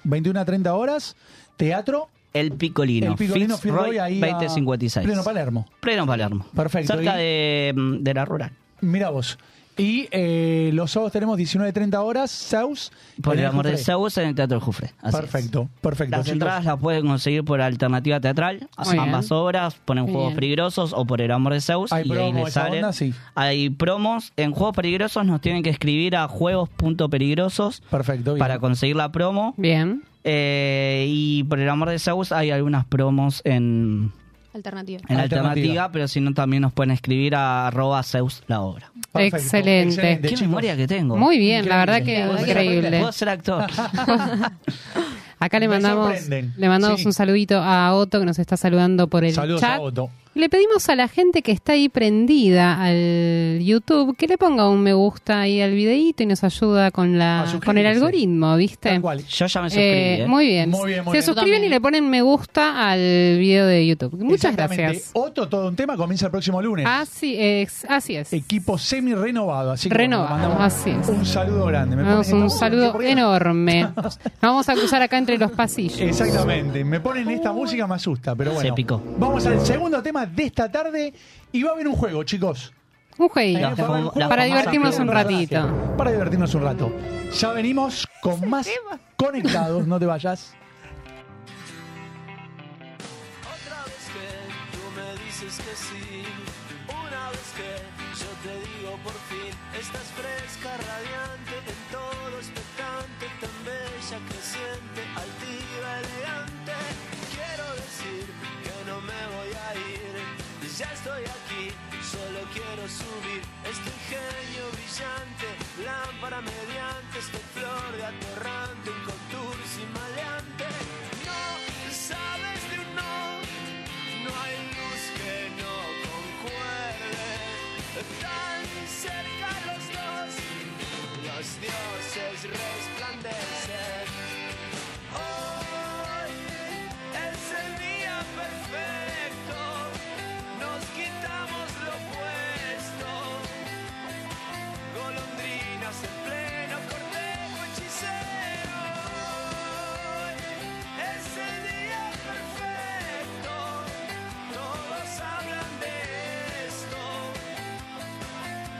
S3: 21 a 30 horas, teatro,
S10: El Picolino,
S3: el Picolino
S10: Fitzroy,
S3: Firroy ahí a
S10: 2056.
S3: Pleno Palermo.
S10: Pleno Palermo.
S3: Perfecto,
S10: Cerca
S3: y-
S10: de, de la rural.
S3: Mira vos. Y eh, los sábados tenemos 19 30 horas, Saus.
S10: Por
S3: en
S10: el amor de
S3: Jufre.
S10: Zeus en el Teatro del Jufre. Así es.
S3: Perfecto, perfecto.
S10: Las
S3: chicos.
S10: entradas las pueden conseguir por alternativa teatral,
S5: Muy
S10: ambas
S5: bien.
S10: obras, ponen
S5: Muy
S10: juegos
S5: bien.
S10: peligrosos o por el amor de Zeus
S3: Hay
S10: y ahí
S3: promo,
S10: les
S3: esa
S10: salen.
S3: onda, sí.
S10: Hay promos, en juegos peligrosos nos tienen que escribir a juegos.peligrosos
S3: Perfecto, bien.
S10: para conseguir la promo.
S5: Bien.
S10: Eh, y por el amor de Zeus hay algunas promos en,
S11: Alternativa.
S10: en
S3: Alternativa.
S10: alternativa. pero si no también nos pueden escribir a arroba Zeus la obra.
S3: Perfecto,
S5: Excelente.
S10: Qué
S3: chicos.
S10: memoria que tengo.
S5: Muy bien, la verdad que
S3: Increíble. La verdad que
S5: increíble.
S10: Puedo ser actor.
S5: Acá le
S3: Me
S5: mandamos,
S3: sorprenden.
S5: le mandamos
S3: Sí.
S5: un saludito a Otto que nos está saludando por el
S3: Saludos
S5: chat.
S3: a Otto.
S5: Le pedimos a la gente que está ahí prendida al YouTube que le ponga un me gusta ahí al videíto y nos ayuda con
S10: Ah,
S3: A
S5: la
S3: suscribirse.
S5: con el algoritmo, ¿viste?
S3: Tal cual.
S10: Yo ya me suscribí.
S5: Eh,
S10: ¿eh?
S5: muy bien.
S3: Muy bien, muy
S5: Se
S3: bien.
S5: suscriben y le ponen me gusta al video de YouTube. Muchas
S3: Exactamente.
S5: gracias.
S3: Otro todo un tema comienza el próximo lunes.
S5: Así es, así es.
S3: Equipo semi renovado, así que
S5: Renovado,
S3: bueno, le mandamos
S5: así es.
S3: Un saludo grande. Me
S5: Le damos
S3: ponen-
S5: un
S3: Oh,
S5: saludo
S3: ¿por qué?
S5: enorme. Nos Vamos a cruzar acá entre los pasillos.
S3: Exactamente. Me ponen esta música, me asusta, pero bueno.
S10: Se picó.
S3: Vamos al segundo tema de esta tarde y va a haber un juego, chicos. Eh,
S5: Un
S3: Ahí
S5: jueguito.
S3: nos vamos, juego
S5: Para
S3: más
S5: divertirnos un
S3: amplio.
S5: ratito.
S3: Para divertirnos un rato. Ya venimos con más conectados, no te vayas.
S2: Otra vez que tú me dices que sí, una vez que yo te digo por fin, estás fresca, radiante, en todo expectante, tan bella, creciente, altiva, elegante. Quiero decir que no me voy a ir, ya estoy aquí, lo quiero subir. Este ingenio brillante, lámpara mediante, este flor de aterrante, un contour sin maleante. No sabes de un no, no hay luz que no concuerde. Tan cerca los dos, los dioses resplandecen. Hoy es el día perfecto, nos quitamos lo puesto. Golondrinas en pleno cortejo hechicero. Hoy es el día perfecto, todos hablan de esto.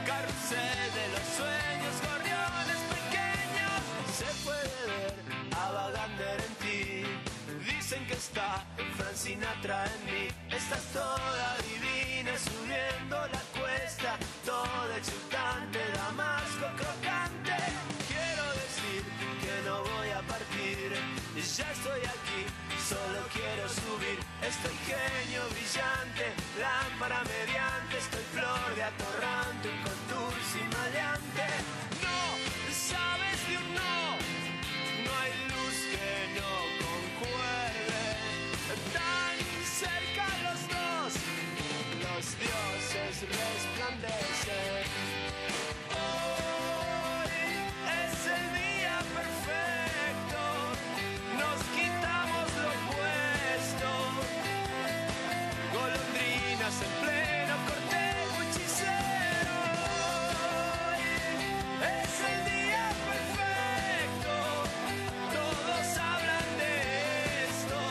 S2: Carrusel de los sueños, gorriones pequeños, se puede ver a Vagander en ti. Dicen que está en Francina, en mí. Estás toda divina subiendo la cuesta, toda exultante, damasco crocante. Quiero decir que no voy a partir, ya estoy aquí, solo quiero subir. Estoy genio brillante, lámpara mediante, estoy flor de atorrante, un contour sin maleante. No sabes de un no. No hay luz que no concuerde. Tan cerca los dos, los dioses resplandecen. Hoy es el día perfecto, nos quitamos lo puesto. Golondrinas en pleno cortejo hechicero. Hoy es el día perfecto, todos hablan de esto.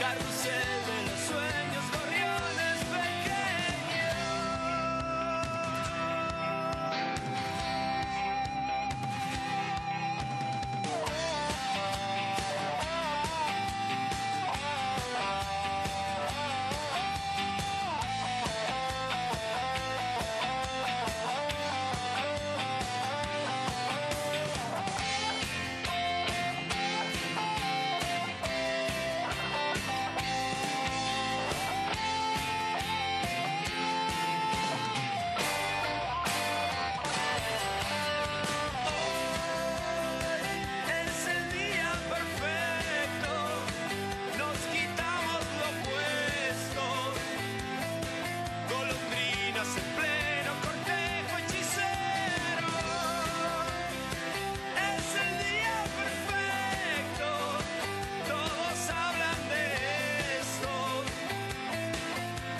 S2: Carrusel de los sueños, gorriones pequeños. Es el día perfecto, nos quitamos lo puesto. Golondrinas en pleno cortejo hechicero. Es el día perfecto, todos hablan de esto.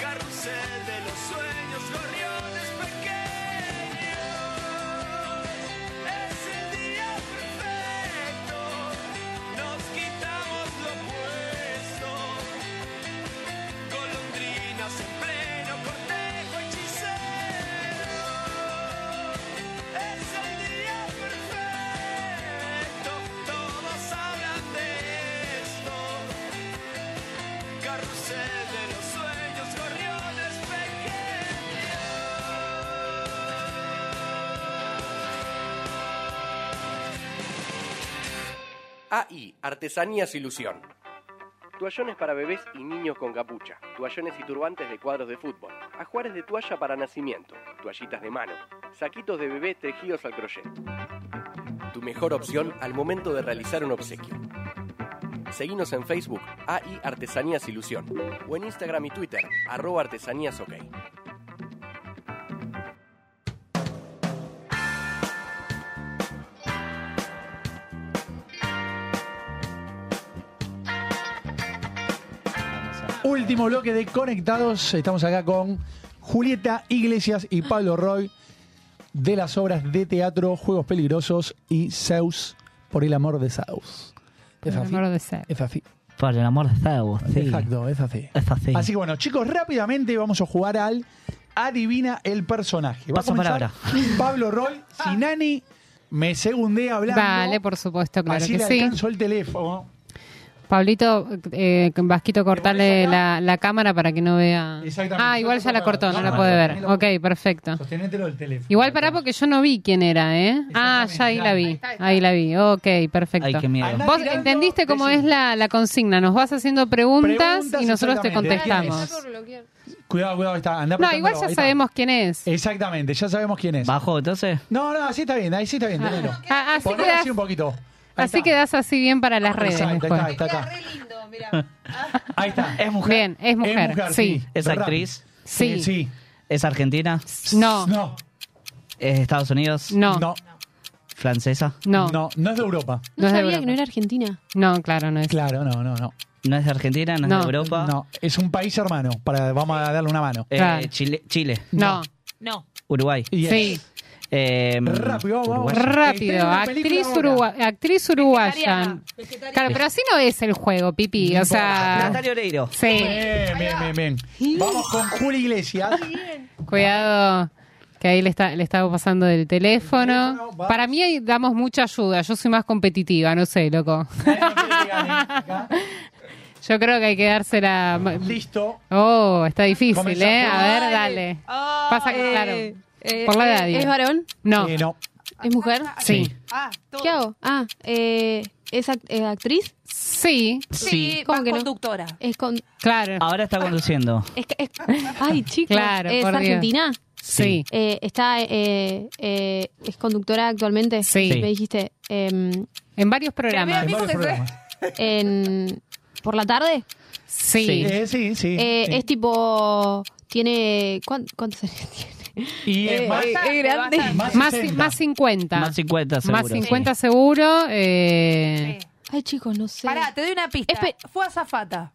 S2: Carrusel de los sueños, gorriones pequeños. Es el día perfecto, nos quitamos lo puesto. Golondrinas en pleno cortejo hechicero. Es el día perfecto, todos hablan de esto. Carrusel de los sueños, gorriones pequeños.
S13: AI, Artesanías Ilusión. Toallones para bebés y niños con capucha. Toallones y turbantes de cuadros de fútbol. Ajuares de toalla para nacimiento. Toallitas de mano. Saquitos de bebé tejidos al crochet. Tu mejor opción al momento de realizar un obsequio. Seguinos en Facebook, AI Artesanías Ilusión. O en Instagram y Twitter, arroba artesanías ok.
S3: Último bloque de Conectados. Estamos acá con Julieta Iglesias y Pablo Roy de las obras de teatro Juegos Peligrosos y Zeus por el amor de Zeus.
S5: Por el amor de Zeus.
S3: Es así.
S10: Por el amor de Zeus, sí.
S3: Exacto, es así.
S10: Es así.
S3: Así que bueno, chicos, rápidamente vamos a jugar al Adivina el personaje. Va a
S10: Paso
S3: comenzar Pablo Roy, Sinani me segundea hablando.
S5: Ah. Vale, por supuesto, claro
S3: así
S5: que
S3: le
S5: sí.
S3: alcanzó el teléfono.
S5: Pablito, eh, Vasquito, cortarle la, la cámara para que no vea.
S3: Exactamente.
S5: Ah, igual ya la cortó, no la puede ver. Ok, perfecto.
S3: Sostenételo del teléfono.
S5: Igual pará porque yo no vi quién era, ¿eh? Ah, ya ahí la vi. Ahí la vi. Ok, perfecto.
S10: Ay, qué miedo.
S5: Vos entendiste cómo es la, la consigna. Nos vas haciendo preguntas,
S3: Preguntas,
S5: y nosotros te
S3: exactamente.
S5: contestamos.
S3: Cuidado, cuidado, ahí está. Andá
S5: No, igual
S3: apretándolo,
S5: ya
S3: ahí está.
S5: sabemos quién es.
S3: Exactamente, ya sabemos quién es. ¿Bajo entonces? No, no, así está bien, ahí sí está bien,
S5: Ah.
S3: tenelo.
S5: Ah, así
S3: Ponelo
S5: quedás-
S3: así un poquito. Ahí
S5: Así
S3: está.
S5: quedas así bien para las redes.
S3: Exacto,
S5: Juan.
S3: ahí está, ahí está. Ahí está.
S10: ¿Es mujer?
S5: Bien, es mujer. sí.
S10: ¿Es actriz?
S5: Sí. Eh, sí.
S10: ¿Es argentina?
S5: No.
S3: No.
S10: ¿Es Estados Unidos?
S5: No. No.
S10: ¿Francesa?
S5: No.
S3: No, no es de Europa.
S11: No,
S10: es de
S11: sabía
S10: Europa.
S11: que no era Argentina.
S5: No, claro, no es.
S3: Claro, no, no, no.
S10: ¿No es de Argentina? ¿No, es de Europa?
S3: No, es un país hermano. Para, vamos a darle una mano.
S10: Eh, Chile, Chile.
S5: No.
S12: No.
S10: Uruguay.
S3: Yes. Sí.
S10: Eh,
S3: Rápido, vamos, vamos.
S10: uruguaya.
S5: Rápido, actriz, urugua- actriz uruguaya.
S10: Vegetariana,
S5: Claro, pero así no es el juego, Pipi. O sea,
S10: Natalia Oreiro.
S5: Sí.
S3: Bien, bien, bien, bien. Vamos con Juli Iglesias.
S5: cuidado, que ahí le, está, le estaba pasando del teléfono. Para mí ahí damos mucha ayuda. Yo soy más competitiva, no sé, loco. Yo creo que hay que dársela.
S3: Listo.
S5: Oh, está difícil,
S11: Comenzá.
S5: ¿eh? A ver,
S11: Dale.
S5: dale. Pasa,
S11: eh,
S5: claro.
S11: eh,
S5: Por la
S11: eh,
S5: edad. digo.
S11: ¿es varón?
S5: No.
S3: Eh, no.
S11: ¿Es mujer?
S5: Sí.
S11: ¿Qué hago? Ah, eh, ¿es act- eh, actriz?
S5: Sí.
S10: Sí.
S11: ¿Cómo que conductora. Es con...
S5: Claro.
S10: Ahora está conduciendo.
S11: es que- es- ay, chicos.
S5: Claro,
S11: ¿Es
S5: por Dios.
S11: argentina?
S5: Sí.
S11: Eh, está, eh, eh, ¿Es conductora actualmente?
S5: Sí.
S11: Me dijiste. em,
S5: En varios programas.
S11: En varios programas. en- ¿Por la tarde?
S5: Sí.
S3: Eh, sí, sí.
S11: Eh,
S3: sí.
S11: Es tipo... Tiene... ¿cuán- ¿Cuántos años tiene?
S3: Y es
S11: eh,
S3: más.
S11: eh, es grande.
S3: Más
S5: Más,
S3: 60.
S5: más 50.
S10: Más 50 seguro.
S5: Más 50 seguro. eh,
S11: Ay, chicos, no sé.
S12: Pará, te doy una pista. Fue azafata.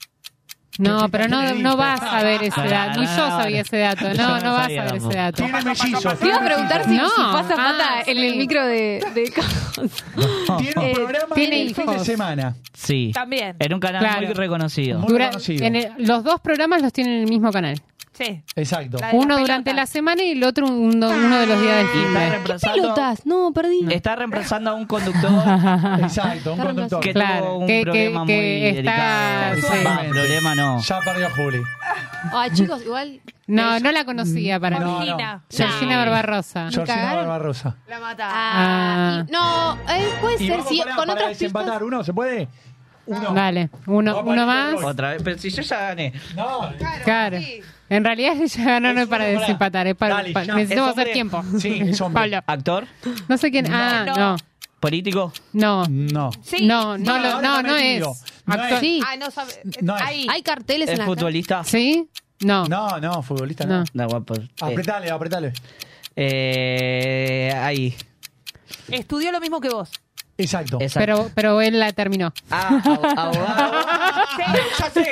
S5: No, pero
S12: ¿Qué
S5: no,
S12: le diste?
S5: no vas a ver ese
S10: No,
S5: dato. Ni
S10: no,
S5: yo
S10: no,
S5: sabía
S10: no.
S5: ese dato.
S10: Yo
S5: No,
S10: no
S5: no vas
S10: sabía
S5: a ver ese
S10: tampoco.
S5: dato.
S3: Tiene mellizos.
S11: Te iba a preguntar si,
S5: No.
S11: si pasa pata
S5: Ah,
S11: en el micro de... de...
S3: Tiene un
S11: Eh,
S3: programa
S5: tiene
S3: el fin de
S5: hijos.
S3: semana.
S10: Sí.
S12: También.
S10: En un canal
S5: Claro.
S10: muy reconocido.
S3: Muy
S5: Dura-
S3: conocido.
S5: en el- los dos programas los tienen en el mismo canal.
S12: Sí.
S3: Exacto.
S12: La de
S5: Uno
S12: las
S5: durante la semana y el otro un- uno de los días del
S10: Y
S5: fin
S10: está
S5: de.
S10: reemplazando,
S11: Pelotas, no, perdí.
S10: está reemplazando a un conductor
S3: Exacto, un conductor.
S10: que
S5: Claro,
S10: tuvo un
S5: que- que-
S10: problema
S5: que
S10: muy
S5: está-
S10: delicado.
S5: sí.
S10: Va, problema no.
S3: Ya perdió Juli.
S11: Ay, Ah, chicos, igual...
S5: No, no la conocía para
S3: No,
S5: mí.
S3: no.
S12: Georgina.
S10: Sí.
S5: Georgina Barbarosa.
S3: Georgina Barbarosa.
S12: La mata.
S11: Ah, y- no, eh, puede
S3: Y
S11: ser,
S3: vamos
S11: si
S3: pará,
S11: con
S3: para
S11: otras pistas...
S3: desempatar uno, ¿se puede? Uno.
S5: Dale, uno,
S3: Vamos,
S5: uno
S3: Anita,
S5: más.
S3: voy.
S10: Otra vez, pero si yo ya gané.
S3: No.
S5: Claro. En realidad ya ganó no es para
S3: Pará.
S5: desempatar, es para,
S3: Dale,
S5: para-
S3: ya.
S5: necesitamos
S10: Es hombre.
S5: hacer tiempo.
S3: Sí, es hombre.
S5: Pablo,
S10: ¿Actor?
S5: no sé quién. ah, no,
S10: ¿Político?
S5: no,
S3: No.
S12: Sí.
S5: no, no,
S3: No,
S5: lo-
S3: ahora
S5: no,
S3: está
S5: no es.
S3: metido. No
S5: Actor-
S3: es.
S5: Sí.
S12: Ah, no sabe.
S3: No es.
S12: Ahí.
S11: Hay carteles en
S10: ¿Es
S11: la
S10: futbolista?
S5: ¿Sí? No.
S3: No, no, futbolista no.
S5: No.
S10: No, guapo. Eh,
S3: Apretale, apretale.
S10: eh, ahí.
S12: Estudió lo mismo que vos.
S3: Exacto.
S10: Exacto.
S5: Pero, pero él la terminó.
S10: Ah, ab- abogado. ¡Ya sé!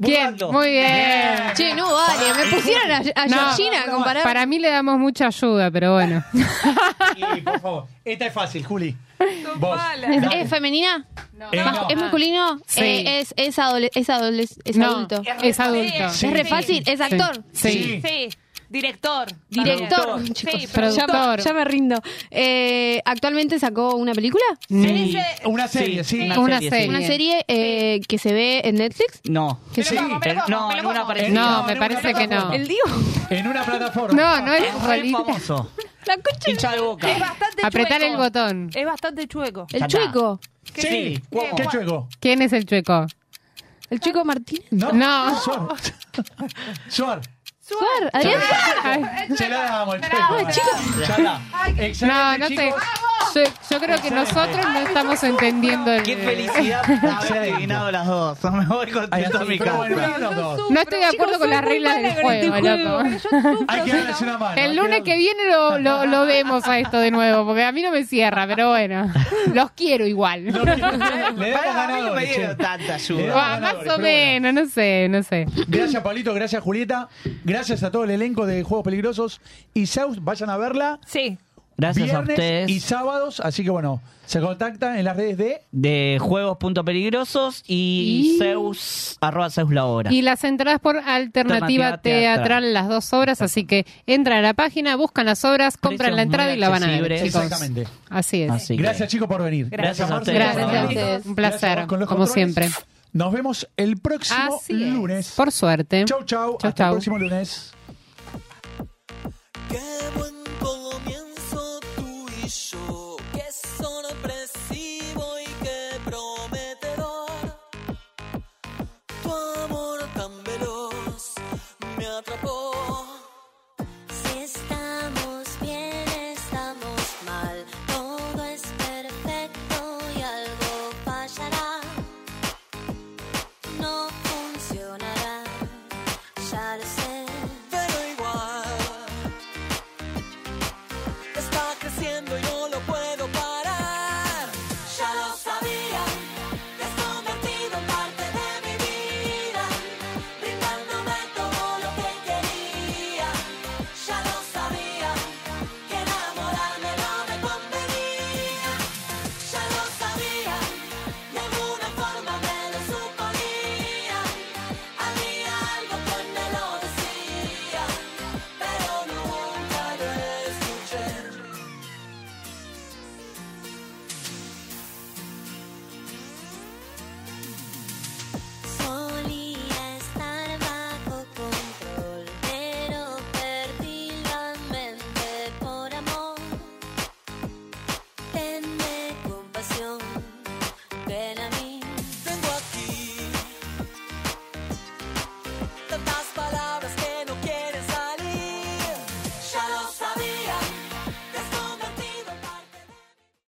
S5: ¿Quién?
S10: Burlando.
S5: Muy bien.
S11: carta. Che, no, vale, me pusieron a, a
S5: No,
S11: Georgina a comparar.
S5: Para mí le damos mucha ayuda, pero bueno.
S3: Y, por favor, esta es fácil, Juli. Vos.
S11: ¿Es,
S3: Dale.
S11: es femenina?
S3: Eh,
S11: Mas-
S3: no.
S11: ¿Es masculino?
S5: Sí.
S11: Eh, ¿Es, es, adole- es, adole- es
S5: No,
S11: adulto?
S5: es adulto.
S11: Es re fácil, es actor.
S5: Sí.
S3: Sí.
S12: Sí. Director.
S11: Director,
S12: También.
S11: chicos,
S12: Sí,
S5: productor.
S11: Ya, ya me rindo. Eh, ¿Actualmente sacó una película?
S5: Mm,
S3: Una serie, sí.
S10: Sí,
S5: Una
S10: sí.
S5: serie.
S11: ¿Una serie eh, que se ve en Netflix?
S10: No.
S11: Que sí.
S10: Eh, no, en una
S3: Eh,
S10: parecida.
S5: No,
S3: en
S5: me
S3: una
S5: parece que no.
S3: plataforma.
S11: ¿El Diego?
S3: En una plataforma.
S5: No, no es
S10: Es re
S5: realista.
S10: famoso.
S11: La concha.
S10: Hincha de boca.
S12: Es bastante
S5: Apretar
S12: chueco.
S5: el botón.
S12: Es bastante chueco.
S11: ¿El
S10: está.
S11: chueco?
S3: Sí.
S10: ¿Cómo?
S3: ¿Qué chueco?
S5: ¿Quién es el chueco?
S11: ¿El chueco Martínez?
S3: No.
S5: No.
S3: Suar. Suar.
S11: Suar, Adrián Suar.
S5: Ay,
S3: Se la damos, el chueco.
S11: Ay, chicos.
S3: Ya está.
S5: No,
S3: Excelente,
S5: no sé.
S3: chicos.
S5: Yo, yo creo que nosotros no estamos entendiendo el.
S10: Qué felicidad por haber adivinado las dos. Me voy
S3: Ahí
S10: contento
S3: está,
S10: a mi
S3: pero bueno,
S10: casa.
S3: bien los dos.
S5: No estoy de acuerdo con las reglas del juego, loco.
S3: Hay que darles una mano.
S5: El lunes que viene lo, lo- lo vemos a esto de nuevo, porque a mí no me cierra, pero bueno. Los quiero igual.
S3: Le
S10: Para
S3: damos
S10: mí no me
S3: ganadores.
S10: dieron
S3: che.
S10: tanta
S3: Le
S10: ayuda.
S3: damos
S5: Ah, más
S3: ganadores,
S5: o
S3: pero bueno.
S5: menos, no sé, no sé.
S3: Gracias, Pablito. Gracias, Julieta. Gracias a todo el elenco de Juegos Peligrosos. Y South, vayan a verla.
S12: Sí.
S10: Gracias a
S3: viernes
S10: ustedes.
S3: y sábados. Así que bueno, se contactan en las redes de.
S10: de juegos.peligrosos y,
S5: Y-
S10: Zeus, arroba Zeus la hora.
S5: Y las entradas por alternativa
S10: Alternativa Teatral.
S5: teatral, las dos obras, así que entran a la página, buscan las obras, compran
S10: Precios
S5: la entrada
S10: muy
S5: y la van a ver.
S10: accesibles.
S5: chicos.
S3: Exactamente.
S5: Así es.
S10: Así que-
S3: Gracias, chicos, por venir.
S10: Gracias a
S3: Marce,
S10: ustedes.
S3: por
S11: Gracias a
S3: venir.
S11: ustedes.
S5: Un
S3: Gracias a
S5: placer,
S3: vos con los
S5: como
S3: controles.
S5: siempre.
S3: Nos vemos el próximo
S5: Así es.
S3: lunes.
S5: Por suerte.
S3: Chau, chau.
S5: Chau,
S3: Hasta el
S5: chau.
S3: próximo lunes.
S14: Qué buen comienzo tú y yo. Qué sorpresivo y qué prometedor. Tu amor tan veloz me
S2: siendo